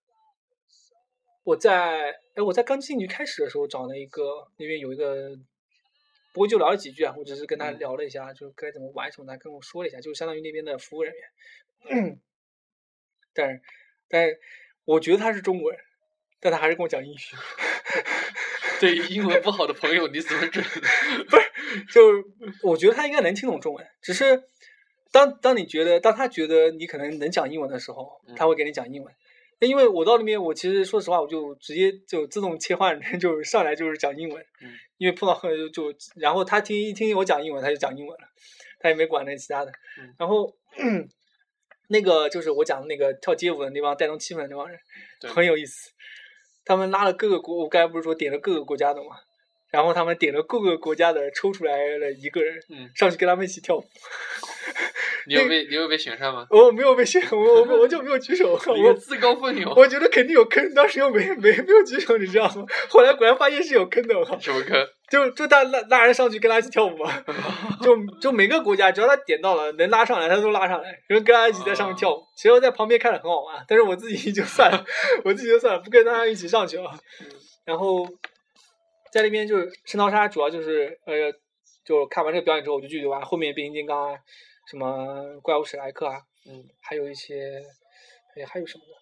Speaker 2: 我在哎，我在刚进去开始的时候找了一个那边有一个，不过就聊了几句啊，我只是跟他
Speaker 3: 嗯
Speaker 2: 聊了一下，就该怎么玩什么的，他跟我说了一下，就相当于那边的服务人员。嗯但是，但是我觉得他是中国人，但他还是跟我讲英语，
Speaker 3: 对于英文不好的朋友，你怎么整？
Speaker 2: 就是我觉得他应该能听懂中文，只是当当你觉得当他觉得你可能能讲英文的时候，
Speaker 3: 嗯
Speaker 2: 他会给你讲英文。那因为我到那边，我其实说实话，我就直接就自动切换， 就是上来就是讲英文，
Speaker 3: 嗯
Speaker 2: 因为碰到很就就，然后他听一听我讲英文，他就讲英文了，他也没管那其他的。
Speaker 3: 嗯
Speaker 2: 然后、那个就是我讲的那个跳街舞的那帮带动气氛的那帮人，
Speaker 3: 对
Speaker 2: 很有意思。他们拉了各个国，我刚才不是说点了各个国家的嘛，然后他们点了各个国家的，抽出来了一个人
Speaker 3: 嗯，
Speaker 2: 上去跟他们一起跳舞。哦
Speaker 3: 你有被你有被选上吗？
Speaker 2: 我没有被选，我我我就没有举手，
Speaker 3: 你个
Speaker 2: 我
Speaker 3: 自告奋勇，
Speaker 2: 我觉得肯定有坑，当时又没没没有举手，你知道吗？后来果然发现是有坑的，我靠！
Speaker 3: 什么歌？
Speaker 2: 就就他拉拉人上去跟他一起跳舞嘛，就就每个国家只要他点到了能拉上来，他都拉上来，然后跟他一起在上面跳舞。其实我在旁边看着很好玩，但是我自己就算了，我自己就算了，不跟他一起上去了。然后在那边就是圣淘沙，主要就是呃，就看完这个表演之后，我就继续玩后面变形金刚啊，什么怪物史莱克啊，
Speaker 3: 嗯，
Speaker 2: 还有一些，哎，还有什么呢？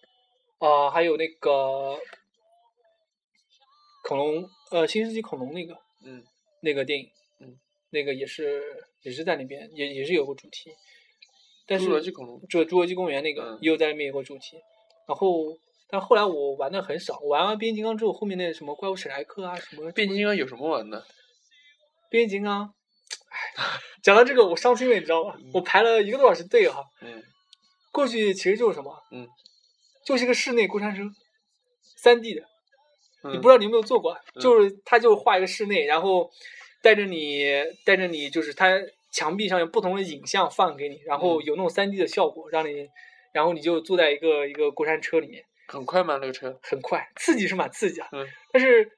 Speaker 2: 啊、还有那个恐龙，呃，新世纪恐龙那个，
Speaker 3: 嗯，
Speaker 2: 那个电影，
Speaker 3: 嗯，
Speaker 2: 那个也是也是在那边，也也是有个主题，但是
Speaker 3: 侏罗纪恐龙
Speaker 2: 就侏罗纪公园那个、
Speaker 3: 嗯
Speaker 2: 也有在那边有个主题，然后但后来我玩的很少，我玩完变形金刚之后，后面那什么怪物史莱克啊，什么
Speaker 3: 变形金刚有什么玩的？
Speaker 2: 变形金刚，哎， 讲到这个我伤心了，你知道吗？我排了一个多小时队哈、
Speaker 3: 嗯，
Speaker 2: 过去其实就是什么？
Speaker 3: 嗯，
Speaker 2: 就是一个室内过山车，三 D 的，
Speaker 3: 嗯
Speaker 2: 你不知道你有没有做过啊，就是他就画一个室内，然后带着你带着你，就是他墙壁上有不同的影像放给你，然后
Speaker 3: 嗯
Speaker 2: 有那种三 D 的效果，让你，然后你就坐在一个一个过山车里面，
Speaker 3: 很快吗？那个车？
Speaker 2: 很快， 刺激是蛮刺激啊。
Speaker 3: 嗯
Speaker 2: 但是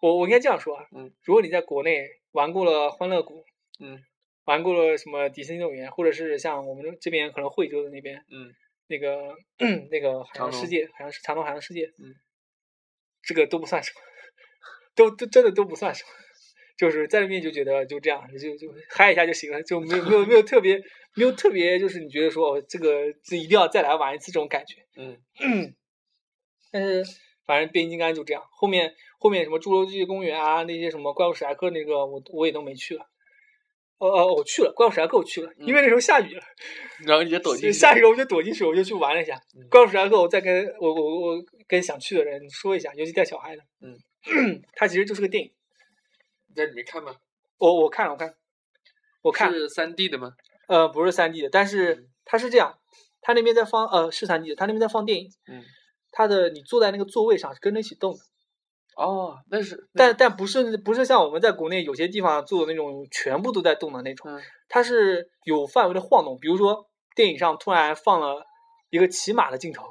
Speaker 2: 我我应该这样说啊，
Speaker 3: 嗯
Speaker 2: 如果你在国内玩过了欢乐谷，
Speaker 3: 嗯
Speaker 2: 玩过了什么迪士尼乐园，或者是像我们这边可能惠州的那边
Speaker 3: 嗯
Speaker 2: 那个 那个海
Speaker 3: 长
Speaker 2: 洋世
Speaker 3: 隆
Speaker 2: 界，好像是长隆海洋世界，
Speaker 3: 嗯，
Speaker 2: 这个都不算什么，都都真的都不算什么，就是在那边就觉得就这样，就就嗨一下就行了，就没有没有没有特别没有特别就是你觉得说哦这个这一定要再来玩一次这种感觉，
Speaker 3: 嗯
Speaker 2: 但是反正变形金刚就这样，后面后面什么侏罗纪公园啊，那些什么怪物史莱克那个我我也都没去了。哦哦，我去了怪物史莱克，我去了，
Speaker 3: 嗯
Speaker 2: 因为那时候下雨了，
Speaker 3: 然后你就躲进去。
Speaker 2: 下雨了我就躲进去，我就去玩了一下
Speaker 3: 嗯
Speaker 2: 怪物史莱克。我再跟我我我跟想去的人说一下，尤其带小孩的，
Speaker 3: 嗯，
Speaker 2: 它其实就是个电影。
Speaker 3: 你在里面看吗？
Speaker 2: 我我看了我看了，我看了
Speaker 3: 是嗯三 D 的吗？
Speaker 2: 呃不是三 D 的，但是它是这样，它那边在放呃是三 D 的，它那边在放电影，
Speaker 3: 嗯。
Speaker 2: 它的你坐在那个座位上是跟着一起动的。
Speaker 3: 哦，那是。那
Speaker 2: 但但不是不是像我们在国内有些地方做的那种全部都在动的那种，
Speaker 3: 嗯
Speaker 2: 它是有范围的晃动。比如说电影上突然放了一个骑马的镜头，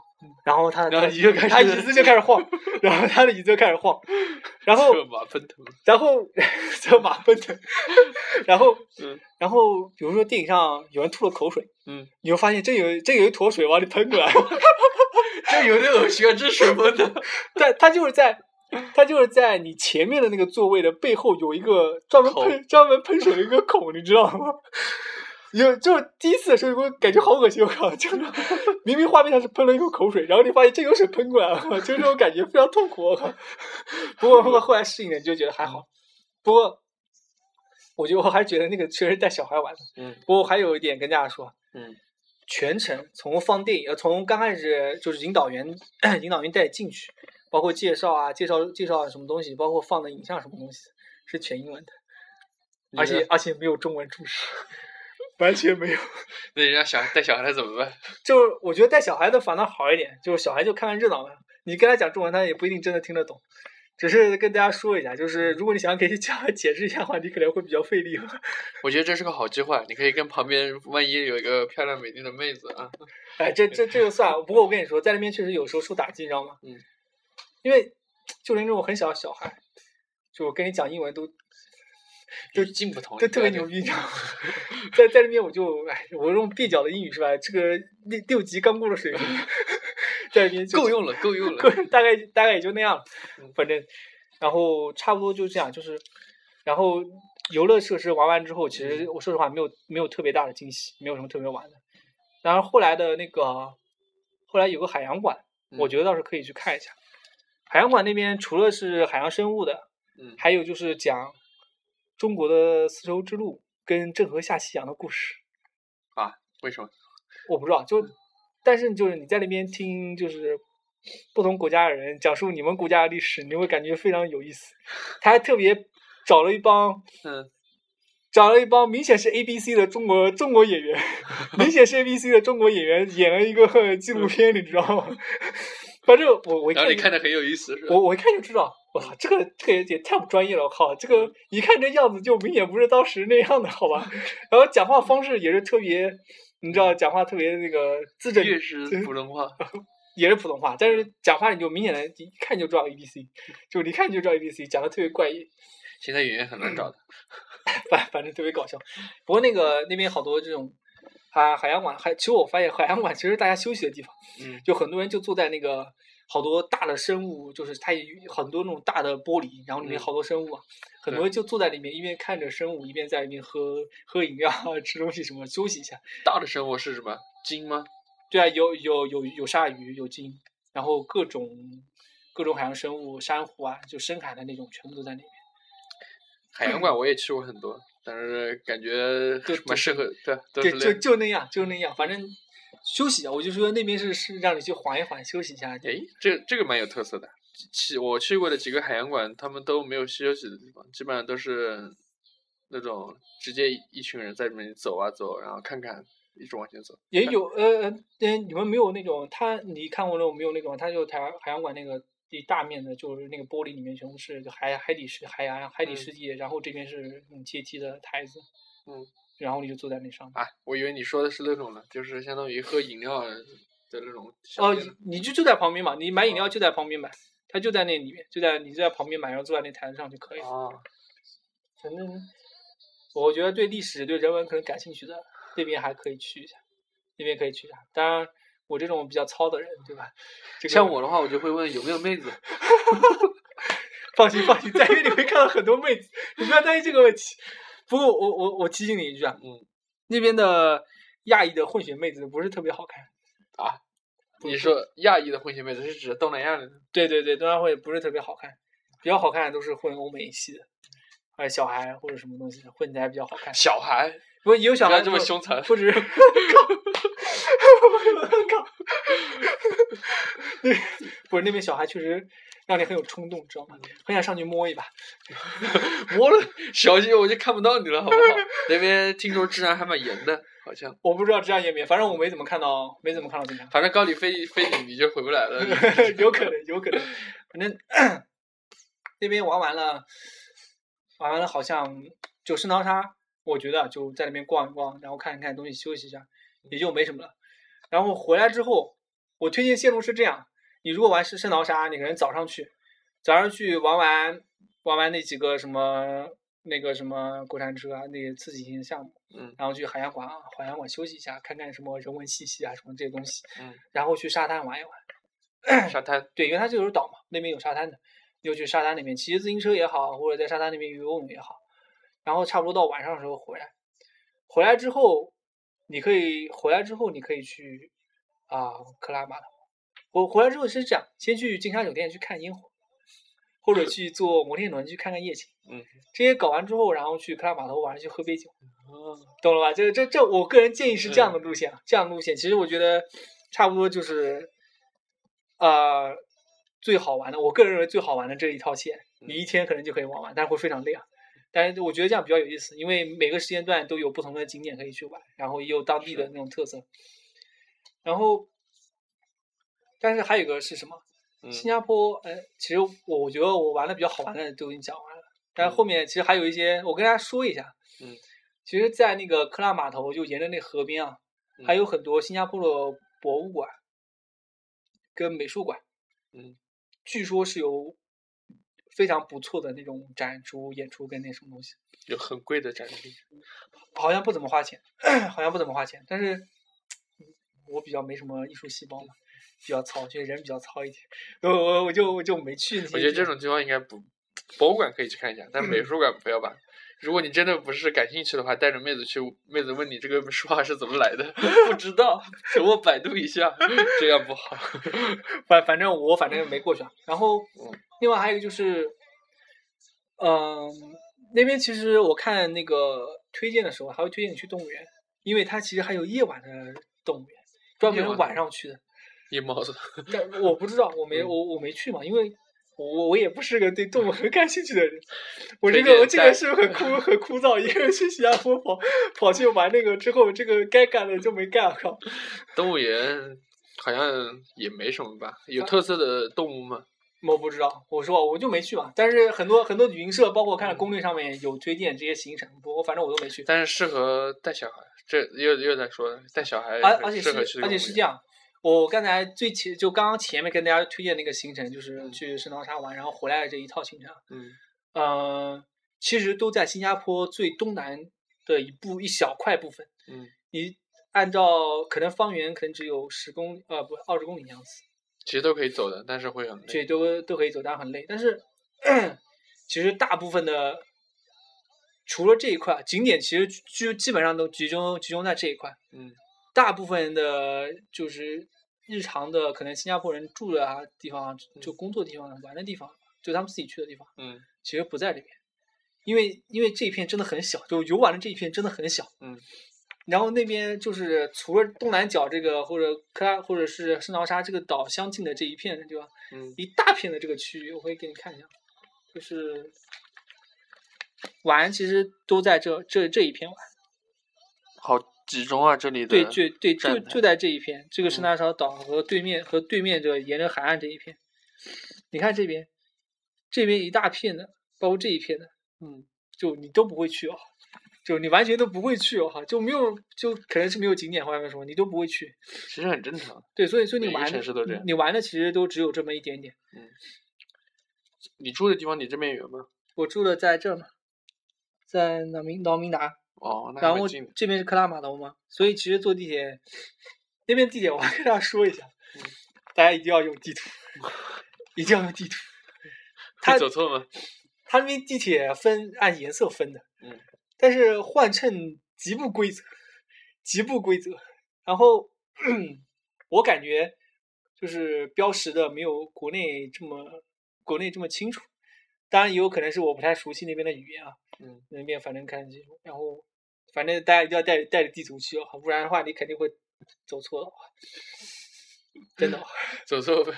Speaker 2: 然后他
Speaker 3: 然后
Speaker 2: 他
Speaker 3: 你就开
Speaker 2: 他
Speaker 3: 始
Speaker 2: 椅子就开始 晃，然后他的椅子就开始晃，然后
Speaker 3: 策马奔腾。
Speaker 2: 然后 这马奔腾，然后
Speaker 3: 嗯
Speaker 2: 然后比如说电影上有人吐了口水，
Speaker 3: 嗯，
Speaker 2: 你会发现这有这有一坨水往里喷 过来，
Speaker 3: 啊这有那种血之水分的。
Speaker 2: 但它就是在，它就是在你前面的那个座位的背后有一个专门
Speaker 3: 口
Speaker 2: 喷专门喷水的一个孔，你知道吗？有就是第一次的时候，我感觉好恶心，我靠！就是明明画面上是喷了一口口水，然后你发现真有水喷过来了，就这种感觉非常痛苦，我靠！不过不过后来适应了，你就觉得还好。不过，我觉得我还是觉得那个确实带小孩玩的。
Speaker 3: 嗯
Speaker 2: 不过我还有一点跟大家说，
Speaker 3: 嗯
Speaker 2: 全程从放电影，呃，从刚开始就是引导员 引导员带进去，包括介绍啊、介绍介绍啊什么东西，包括放的影像什么东西，是全英文的，
Speaker 3: 你
Speaker 2: 而且
Speaker 3: 呢
Speaker 2: 而且没有中文注释， 完全没有。
Speaker 3: 那人家小孩带小孩怎么办？
Speaker 2: 就是我觉得带小孩的反倒好一点，就是小孩就看看热闹嘛，你跟他讲中文，他也不一定真的听得懂。只是跟大家说一下，就是如果你想给小孩解释一下的话，你可能会比较费力。
Speaker 3: 我觉得这是个好计划，你可以跟旁边万一有一个漂亮美丽的妹子啊，
Speaker 2: 哎，这这这就算了。不过我跟你说，在那边确实有时候受打击，你知道吗？
Speaker 3: 嗯。
Speaker 2: 因为就连这种很小的小孩，就我跟你讲英文都
Speaker 3: 就进不同，
Speaker 2: 都特别牛逼，你知 道吗？在在那边我就哎，我用蹩脚的英语是吧？这个六六级刚过的水平， 在那边就
Speaker 3: 够用了，够用
Speaker 2: 个
Speaker 3: 了。
Speaker 2: 人大概大概也就那样了
Speaker 3: 嗯，
Speaker 2: 反正，然后差不多就这样，就是，然后游乐设施玩完之后，其
Speaker 3: 嗯
Speaker 2: 实我说实话没有没有特别大的惊喜，没有什么特别玩的。然后后来的那个，后来有个海洋馆，
Speaker 3: 嗯
Speaker 2: 我觉得倒是可以去看一下。海洋馆那边除了是海洋生物的，
Speaker 3: 嗯
Speaker 2: 还有就是讲中国的丝绸之路跟郑和下西洋的故事。
Speaker 3: 为什么？
Speaker 2: 我不知道，就但是就是你在那边听就是不同国家的人讲述你们国家的历史，你会感觉非常有意思。他还特别找了一帮
Speaker 3: 嗯，
Speaker 2: 找了一帮明显是 A B C 的中国中国演员， 明显是 A B C 的中国演员演了一个纪录片，你知道吗？ 反正我我一
Speaker 3: 嗯然后你
Speaker 2: 就
Speaker 3: 看的很有意思，是吧？
Speaker 2: 我我一看就知道，我操，这个这个也也太不专业了，我靠，这
Speaker 3: 嗯
Speaker 2: 个一看这样子就明显不是当时那样的，好 吧？然后讲话方式也是特别，你知道，讲话特别那个 字正
Speaker 3: 越是普通 话，
Speaker 2: 也是普通话，但是讲话你就明显的一看就知道 A B C，就你看就知道 A B C，讲的特别怪异，
Speaker 3: 现在演员很 难找的。
Speaker 2: 反反正特别搞笑。不过那个那边好多这种啊海洋馆，还其实我发现海洋馆其实是大家休息的地方，
Speaker 3: 嗯
Speaker 2: 就很多人就坐在那个好多大的生物，就是它也有很多那种大的玻璃，然后里面
Speaker 3: 嗯
Speaker 2: 好多生物啊，很多人就坐在里面一边看着生物，一边在里面喝喝饮料、啊吃东西什么休息一下。
Speaker 3: 大的生活是什么？鲸吗？
Speaker 2: 对啊，有有有有鲨鱼，有鲸，然后各种各种海洋生物、珊瑚啊，就深海的那种，全部都在里面。
Speaker 3: 海洋馆我也去过很多，但是感觉
Speaker 2: 就
Speaker 3: 什么适合对都
Speaker 2: 对就
Speaker 3: 是，类。
Speaker 2: 就那样，就那样，反正休息啊。我就说那边是是让你去缓一缓，休息一下。
Speaker 3: 哎，这这个蛮有特色的。去我去过的几个海洋馆，他们都没有休息的地方，基本上都是那种直接一群人在里面走啊走，然后看看一直往前走。
Speaker 2: 也有呃呃，但你们没有那种他，你看过那种没有那种，他就台海洋馆那个一大面的，就是那个玻璃里面全部是海海底世海洋海底
Speaker 3: 嗯
Speaker 2: 世界，然后这边是那种阶梯的台子，
Speaker 3: 嗯，
Speaker 2: 然后你就坐在那上面。
Speaker 3: 啊，我以为你说的是那种呢，就是相当于喝饮料的那种小
Speaker 2: 哦
Speaker 3: 店呢。，
Speaker 2: 你就就在旁边嘛，你买饮料
Speaker 3: 哦
Speaker 2: 就在旁边买，他就在那里面，就在你就在旁边买，然后坐在那台子上就可以了。
Speaker 3: 啊，
Speaker 2: 反正我觉得对历史、对人文可能感兴趣的，那边还可以去一下，那边可以去一下。当然，我这种比较糙的人，对吧？这个
Speaker 3: 像我的话，我就会问有没有妹子。
Speaker 2: 放心放心，在这里会看到很多妹子，你不要担心这个问题。不过我我我提醒你一句啊，
Speaker 3: 嗯，
Speaker 2: 那边的亚裔的混血妹子不是特别好看。不
Speaker 3: 你
Speaker 2: 不
Speaker 3: 说亚裔的混血妹子是指东南亚的呢？
Speaker 2: 对对对，冬奥会不是特别好看，比较好看的都是混欧美系的，呃，小孩或者什么东西的混起来比较好看。
Speaker 3: 小孩，
Speaker 2: 不，也有小
Speaker 3: 不
Speaker 2: 孩
Speaker 3: 要这么
Speaker 2: 就
Speaker 3: 凶残
Speaker 2: 不 止。靠！靠！对，不是那边小孩确实让你很有冲动，知道吗？很想上去摸一把。
Speaker 3: 摸了，小心我就看不到你了，好不好？那边听说治安还蛮严的，好像。
Speaker 2: 我不知道这样也没，反正我没怎么看到，没怎么看到这样。
Speaker 3: 反正高里飞飞你，你就回不来 了。
Speaker 2: 有可能，有可能。反正 那边玩完了，玩完了，好像就圣淘沙，我觉得啊就在那边逛一逛，然后看一看东西，休息一下，也就没什么了。然后回来之后，我推荐线路是这样：你如果玩圣圣淘沙，你可能早上去，早上去玩完玩完那几个什么那个什么过山车啊，那些刺激性项目，
Speaker 3: 嗯
Speaker 2: 然后去海洋馆啊，海洋馆休息一下，看看什么人文气息啊，什么这些东西，
Speaker 3: 嗯，
Speaker 2: 然后去沙滩玩一玩。
Speaker 3: 沙滩，
Speaker 2: 对，因为它就是岛嘛，那边有沙滩的，你就去沙滩里面骑着自行车也好，或者在沙滩那边游泳也好，然后差不多到晚上的时候回来，回来之后，你可以回来之后你可以去啊、克拉码头，我回来之后是这样，先去金沙酒店去看烟火，或者去坐摩天轮去看看夜景，
Speaker 3: 嗯，
Speaker 2: 这些搞完之后，然后去克拉码头晚上去喝杯酒，懂了吧？这这这，我个人建议是这样的路线，啊，这样的路线，其实我觉得差不多就是，呃，最好玩的，我个人认为最好玩的这一套线，你
Speaker 3: 嗯
Speaker 2: 一天可能就可以玩完，但是会非常累啊。但是我觉得这样比较有意思，因为每个时间段都有不同的景点可以去玩，然后也有当地的那种特色。然后，但是还有一个是什么？
Speaker 3: 嗯
Speaker 2: 新加坡，呃，其实我我觉得我玩的比较好玩的都已经讲完了，但是后面其实还有一些，我跟大家说一下。
Speaker 3: 嗯，
Speaker 2: 其实，在那个克拉码头，就沿着那河边啊，还
Speaker 3: 嗯
Speaker 2: 有很多新加坡的博物馆跟美术馆。
Speaker 3: 嗯，
Speaker 2: 据说是有非常不错的那种展出、演出跟那什么东西，
Speaker 3: 有很贵的展厅。
Speaker 2: 好像不怎么花钱，好像不怎么花钱，但是。我比较没什么艺术细胞嘛，比较糙，就是人比较糙一点，我我我就我就没去那些地方。
Speaker 3: 我觉得这种地方应该不，博物馆可以去看一下，但美术馆不要吧。如果你真的不是感兴趣的话，带着妹子去，妹子问你这个书画是怎么来的， 不知 道，请我百度一下，这样不好。
Speaker 2: 反反正我反正没过去啊。然后
Speaker 3: 嗯
Speaker 2: 另外还有一个就是，嗯、那边其实我看那个推荐的时候，还会推荐你去动物园，因为它其实还有夜晚的动物园，专
Speaker 3: 夜
Speaker 2: 门
Speaker 3: 晚
Speaker 2: 晚
Speaker 3: 的
Speaker 2: 上去的。
Speaker 3: 夜猫子，
Speaker 2: 但我不知道，我没
Speaker 3: 嗯
Speaker 2: 我我没去嘛，因为我我我也不是个对动物很感兴趣的人。我这
Speaker 3: 推
Speaker 2: 个我
Speaker 3: 荐
Speaker 2: 这个
Speaker 3: 带
Speaker 2: 是很 枯很枯燥，一个人去新加坡跑跑去玩那个之后，这个该干的就没干，我靠。
Speaker 3: 动物园好像也没什么吧？
Speaker 2: 啊
Speaker 3: 有特色的动物吗？
Speaker 2: 我不知道，我说我就没去嘛。但是很多很多旅行社，包括看了攻略上面有推荐这些行程，不过反正我都没去。
Speaker 3: 嗯但是适合带小孩，这又又在说带小孩
Speaker 2: 而而且
Speaker 3: 很
Speaker 2: 是
Speaker 3: 适合去
Speaker 2: 而且是这样，我刚才最前就刚刚前面跟大家推荐那个行程，就是去圣淘沙玩，然后回来的这一套行程，啊
Speaker 3: 动物园，嗯，
Speaker 2: 呃，其实都在新加坡最东南的一部一小块部分。
Speaker 3: 嗯，
Speaker 2: 你按照可能方圆可能只有十公里呃不二十公里样子，
Speaker 3: 其实都可以走的，但是会很累。
Speaker 2: 这都都可以走，但很累。但是 其实大部分的除了这一块景点，其实就基本上都集中集中在这一块。
Speaker 3: 嗯
Speaker 2: 大部分的就是日常的，可能新加坡人住的啊地方啊，就工作地方啊、玩的地方，就他们自己去的地方，
Speaker 3: 嗯
Speaker 2: 其实不在这边，因为因为这一片真的很小，就游玩的这一片真的很小。
Speaker 3: 嗯
Speaker 2: 然后那边就是除了东南角这个或者克拉或者是圣淘沙这个岛相近的这一片地方，
Speaker 3: 嗯
Speaker 2: 一大片的这个区域，我可以给你看一下，就是玩其实都在这这这一片玩。
Speaker 3: 好集中啊，这里的
Speaker 2: 对，就对，就
Speaker 3: 站台
Speaker 2: 就在这一片，
Speaker 3: 嗯
Speaker 2: 这个圣纳潮岛和对面和对面这沿着海岸这一片，你看这边，这边一大片的，包括这一片的，嗯，就你都不会去哦，就你完全都不会去哦，哈，就没有，就可能是没有景点或者什么，你都不会去。
Speaker 3: 其实很正常。
Speaker 2: 对，所以所以你
Speaker 3: 每个
Speaker 2: 玩
Speaker 3: 城市都这
Speaker 2: 的
Speaker 3: 样，
Speaker 2: 你玩的其实都只有这么一点点。
Speaker 3: 你住的地方离这边远吗？
Speaker 2: 我住的在这儿嘛，在南明劳明达，
Speaker 3: 哦，那
Speaker 2: 然
Speaker 3: 还
Speaker 2: 后
Speaker 3: 蛮近的。
Speaker 2: 这边是克拉码头嘛，所以其实坐地铁，那边地铁我还跟大家说一下，
Speaker 3: 嗯
Speaker 2: 大家一定要用地图，一定要用地图。它
Speaker 3: 会走错吗？
Speaker 2: 它那边地铁分按颜色分的，
Speaker 3: 嗯，
Speaker 2: 但是换乘极不规则，极不规则。然后 我感觉就是标识的没有国内这么国内这么清楚，当然也有可能是我不太熟悉那边的语言啊，
Speaker 3: 嗯，
Speaker 2: 那边反正看清楚。然后反正大家一定要带带着地图去啊，不然的话你肯定会走错的啊，真的啊。
Speaker 3: 走错没？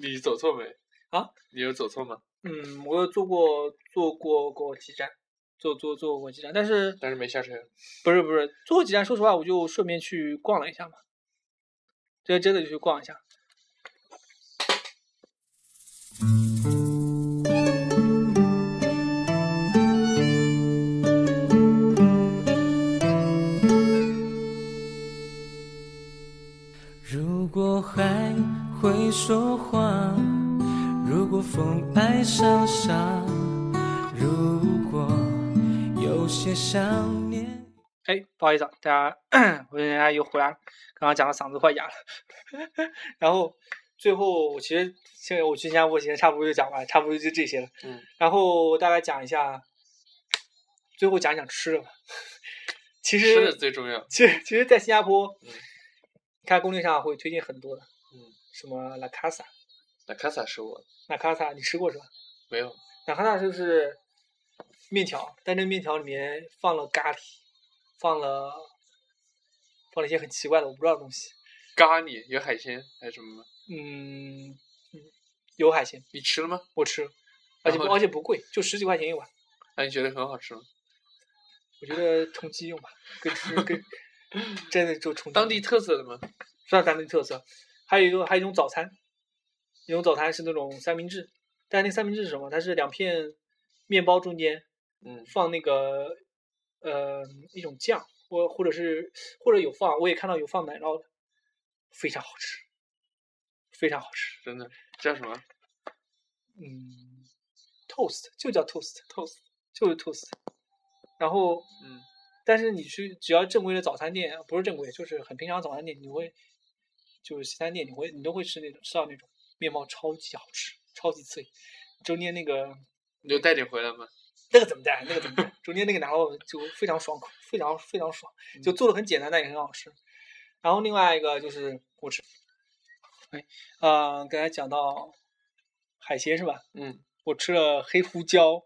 Speaker 3: 你走错没？
Speaker 2: 啊？
Speaker 3: 你有走错吗？
Speaker 2: 嗯，我有坐过坐过过几站，坐坐坐过几站，但是
Speaker 3: 但是没下车。
Speaker 2: 不是不是，最后几站，说实话，我就顺便去逛了一下嘛，这真的就去逛一下。
Speaker 1: 如果还会说话，如果风爱上沙，如果有些想念。
Speaker 2: 哎，不好意思，啊，大家， 我跟大家又回来了，刚刚讲的嗓子快哑了。 然后最后，我其实现在我去新加坡其实差不多就讲完了，差不多就这些了。
Speaker 3: 嗯。
Speaker 2: 然后我大概讲一下，最后讲一讲吃的吧。 其实
Speaker 3: 吃的最重要。
Speaker 2: 其实，其实，在新加坡，看攻略上会推荐很多的，
Speaker 3: 嗯，
Speaker 2: 什么拉卡萨，
Speaker 3: 那卡萨是我
Speaker 2: 拉卡萨你吃过是吧？
Speaker 3: 没有，
Speaker 2: 拉卡萨就是面条，但这面条里面放了咖喱，放了放了一些很奇怪的我不知道的东西，
Speaker 3: 咖喱有海鲜还是什么吗？
Speaker 2: 嗯，有海鲜，
Speaker 3: 你吃了吗？
Speaker 2: 我吃，而且不
Speaker 3: 然后
Speaker 2: 而且不贵，就十几块钱一碗，
Speaker 3: 啊那、你觉得很好吃吗？
Speaker 2: 我觉得充饥用吧，跟吃跟真的就充饥
Speaker 3: 当
Speaker 2: 用
Speaker 3: 地特色的吗？
Speaker 2: 算是咱们的特色。还有一个，还有一种早餐，一种早餐是那种三明治，但那三明治是什么？它是两片面包中间
Speaker 3: 嗯，
Speaker 2: 放那个呃一种酱，或或者是或者有放，我也看到有放奶酪的，非常好吃，非常好吃。
Speaker 3: 真的叫什么？
Speaker 2: 嗯，toast 就叫 toast，toast 就是 toast。然后
Speaker 3: 嗯，
Speaker 2: 但是你去只要正规的早餐店，不是正规，就是很平常的早餐店，你会就是西餐店，你会你都会吃那种吃到那种面包超级好吃，超级脆，中间那个
Speaker 3: 你就带点回来吗？
Speaker 2: 那个怎么带，那个怎么带，中间那个奶酪就非常爽口，非常非常爽，就做的很简单，但也很好吃。然后另外一个就是我吃，哎，呃，刚才讲到海鲜是吧？
Speaker 3: 嗯，
Speaker 2: 我吃了黑胡椒、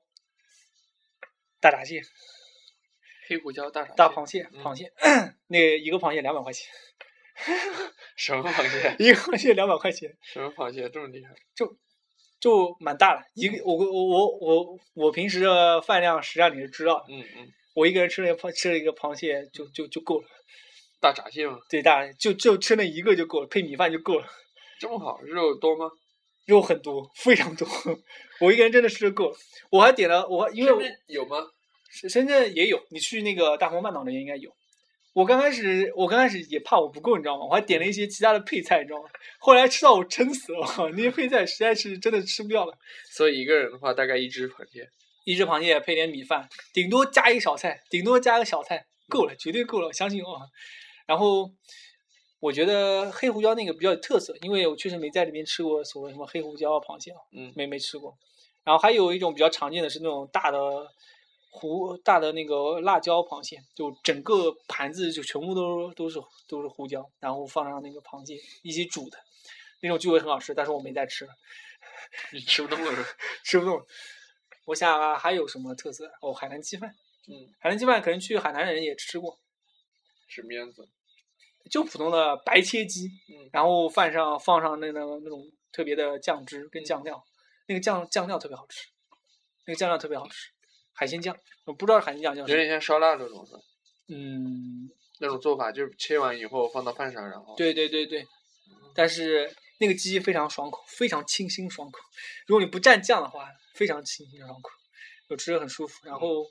Speaker 2: 大闸蟹、
Speaker 3: 黑胡椒大闸蟹
Speaker 2: 大螃蟹、
Speaker 3: 嗯
Speaker 2: 螃蟹， 那一个螃蟹两百块钱，
Speaker 3: 什么螃蟹？
Speaker 2: 一个螃蟹两百块钱，
Speaker 3: 什么螃蟹这么厉害？
Speaker 2: 就蛮大的。一个我我我我我平时的饭量实际上你是知道的，
Speaker 3: 嗯嗯，
Speaker 2: 我一个人吃了一螃吃了一个螃蟹就就就够了，
Speaker 3: 大闸蟹吗？
Speaker 2: 对大就就吃那一个就够了，配米饭就够了，
Speaker 3: 这么好，肉多吗？
Speaker 2: 肉很多，非常多， 我一个人真的吃的够了。我还点了，我还因为
Speaker 3: 深
Speaker 2: 我
Speaker 3: 圳有吗？
Speaker 2: 深深圳也有，你去那个大黄半岛那边应该有。我刚开始，我刚开始也怕我不够，你知道吗？我还点了一些其他的配菜，你知道吗？后来吃到我撑死了， 那些配菜实在是真的吃不掉了。
Speaker 3: 所以一个人的话，大概一只螃蟹。
Speaker 2: 一只螃蟹配点米饭，顶多加一个小菜，顶多加个小菜，够了，绝对够了，相信我。啊然后我觉得黑胡椒那个比较有特色，因为我确实没在里面吃过所谓什么黑胡椒螃蟹啊，
Speaker 3: 嗯
Speaker 2: 没没吃过。然后还有一种比较常见的是那种大的胡大的那个辣椒螃蟹，就整个盘子就全部都都是都是胡椒，然后放上那个螃蟹一起煮的，那种就会很好吃，但是我没在吃。
Speaker 3: 你吃不动了是吧？
Speaker 2: 吃不动。我想还有什么特色？哦，海南鸡饭，
Speaker 3: 嗯，
Speaker 2: 海南鸡饭可能去海南人也吃过，
Speaker 3: 什么样子？
Speaker 2: 就普通的白切鸡，
Speaker 3: 嗯
Speaker 2: 然后饭上放上那个那种特别的酱汁跟酱料，那个酱酱料特别好吃，那个酱料特别好吃，海鲜酱，我不知道海鲜酱叫
Speaker 3: 有
Speaker 2: 什么
Speaker 3: 点像烧腊这种的。
Speaker 2: 嗯，
Speaker 3: 那种做法，就是切完以后放到饭上，然后
Speaker 2: 对对对对，但是那个鸡非常爽口，非常清新爽口。如果你不蘸酱的话，非常清新爽口，就吃着很舒服。然后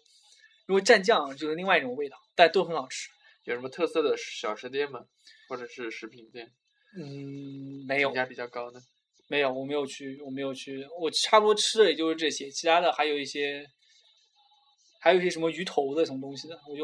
Speaker 2: 如果蘸酱，就是另外一种味道，但都很好吃。
Speaker 3: 有什么特色的小吃店吗？或者是食品店？
Speaker 2: 嗯，没有
Speaker 3: 评价比较高的。
Speaker 2: 没有，我没有去，我没有去，我差不多吃的也就是这些，其他的还有一些，还有一些什么鱼头的什么东西的，我就没。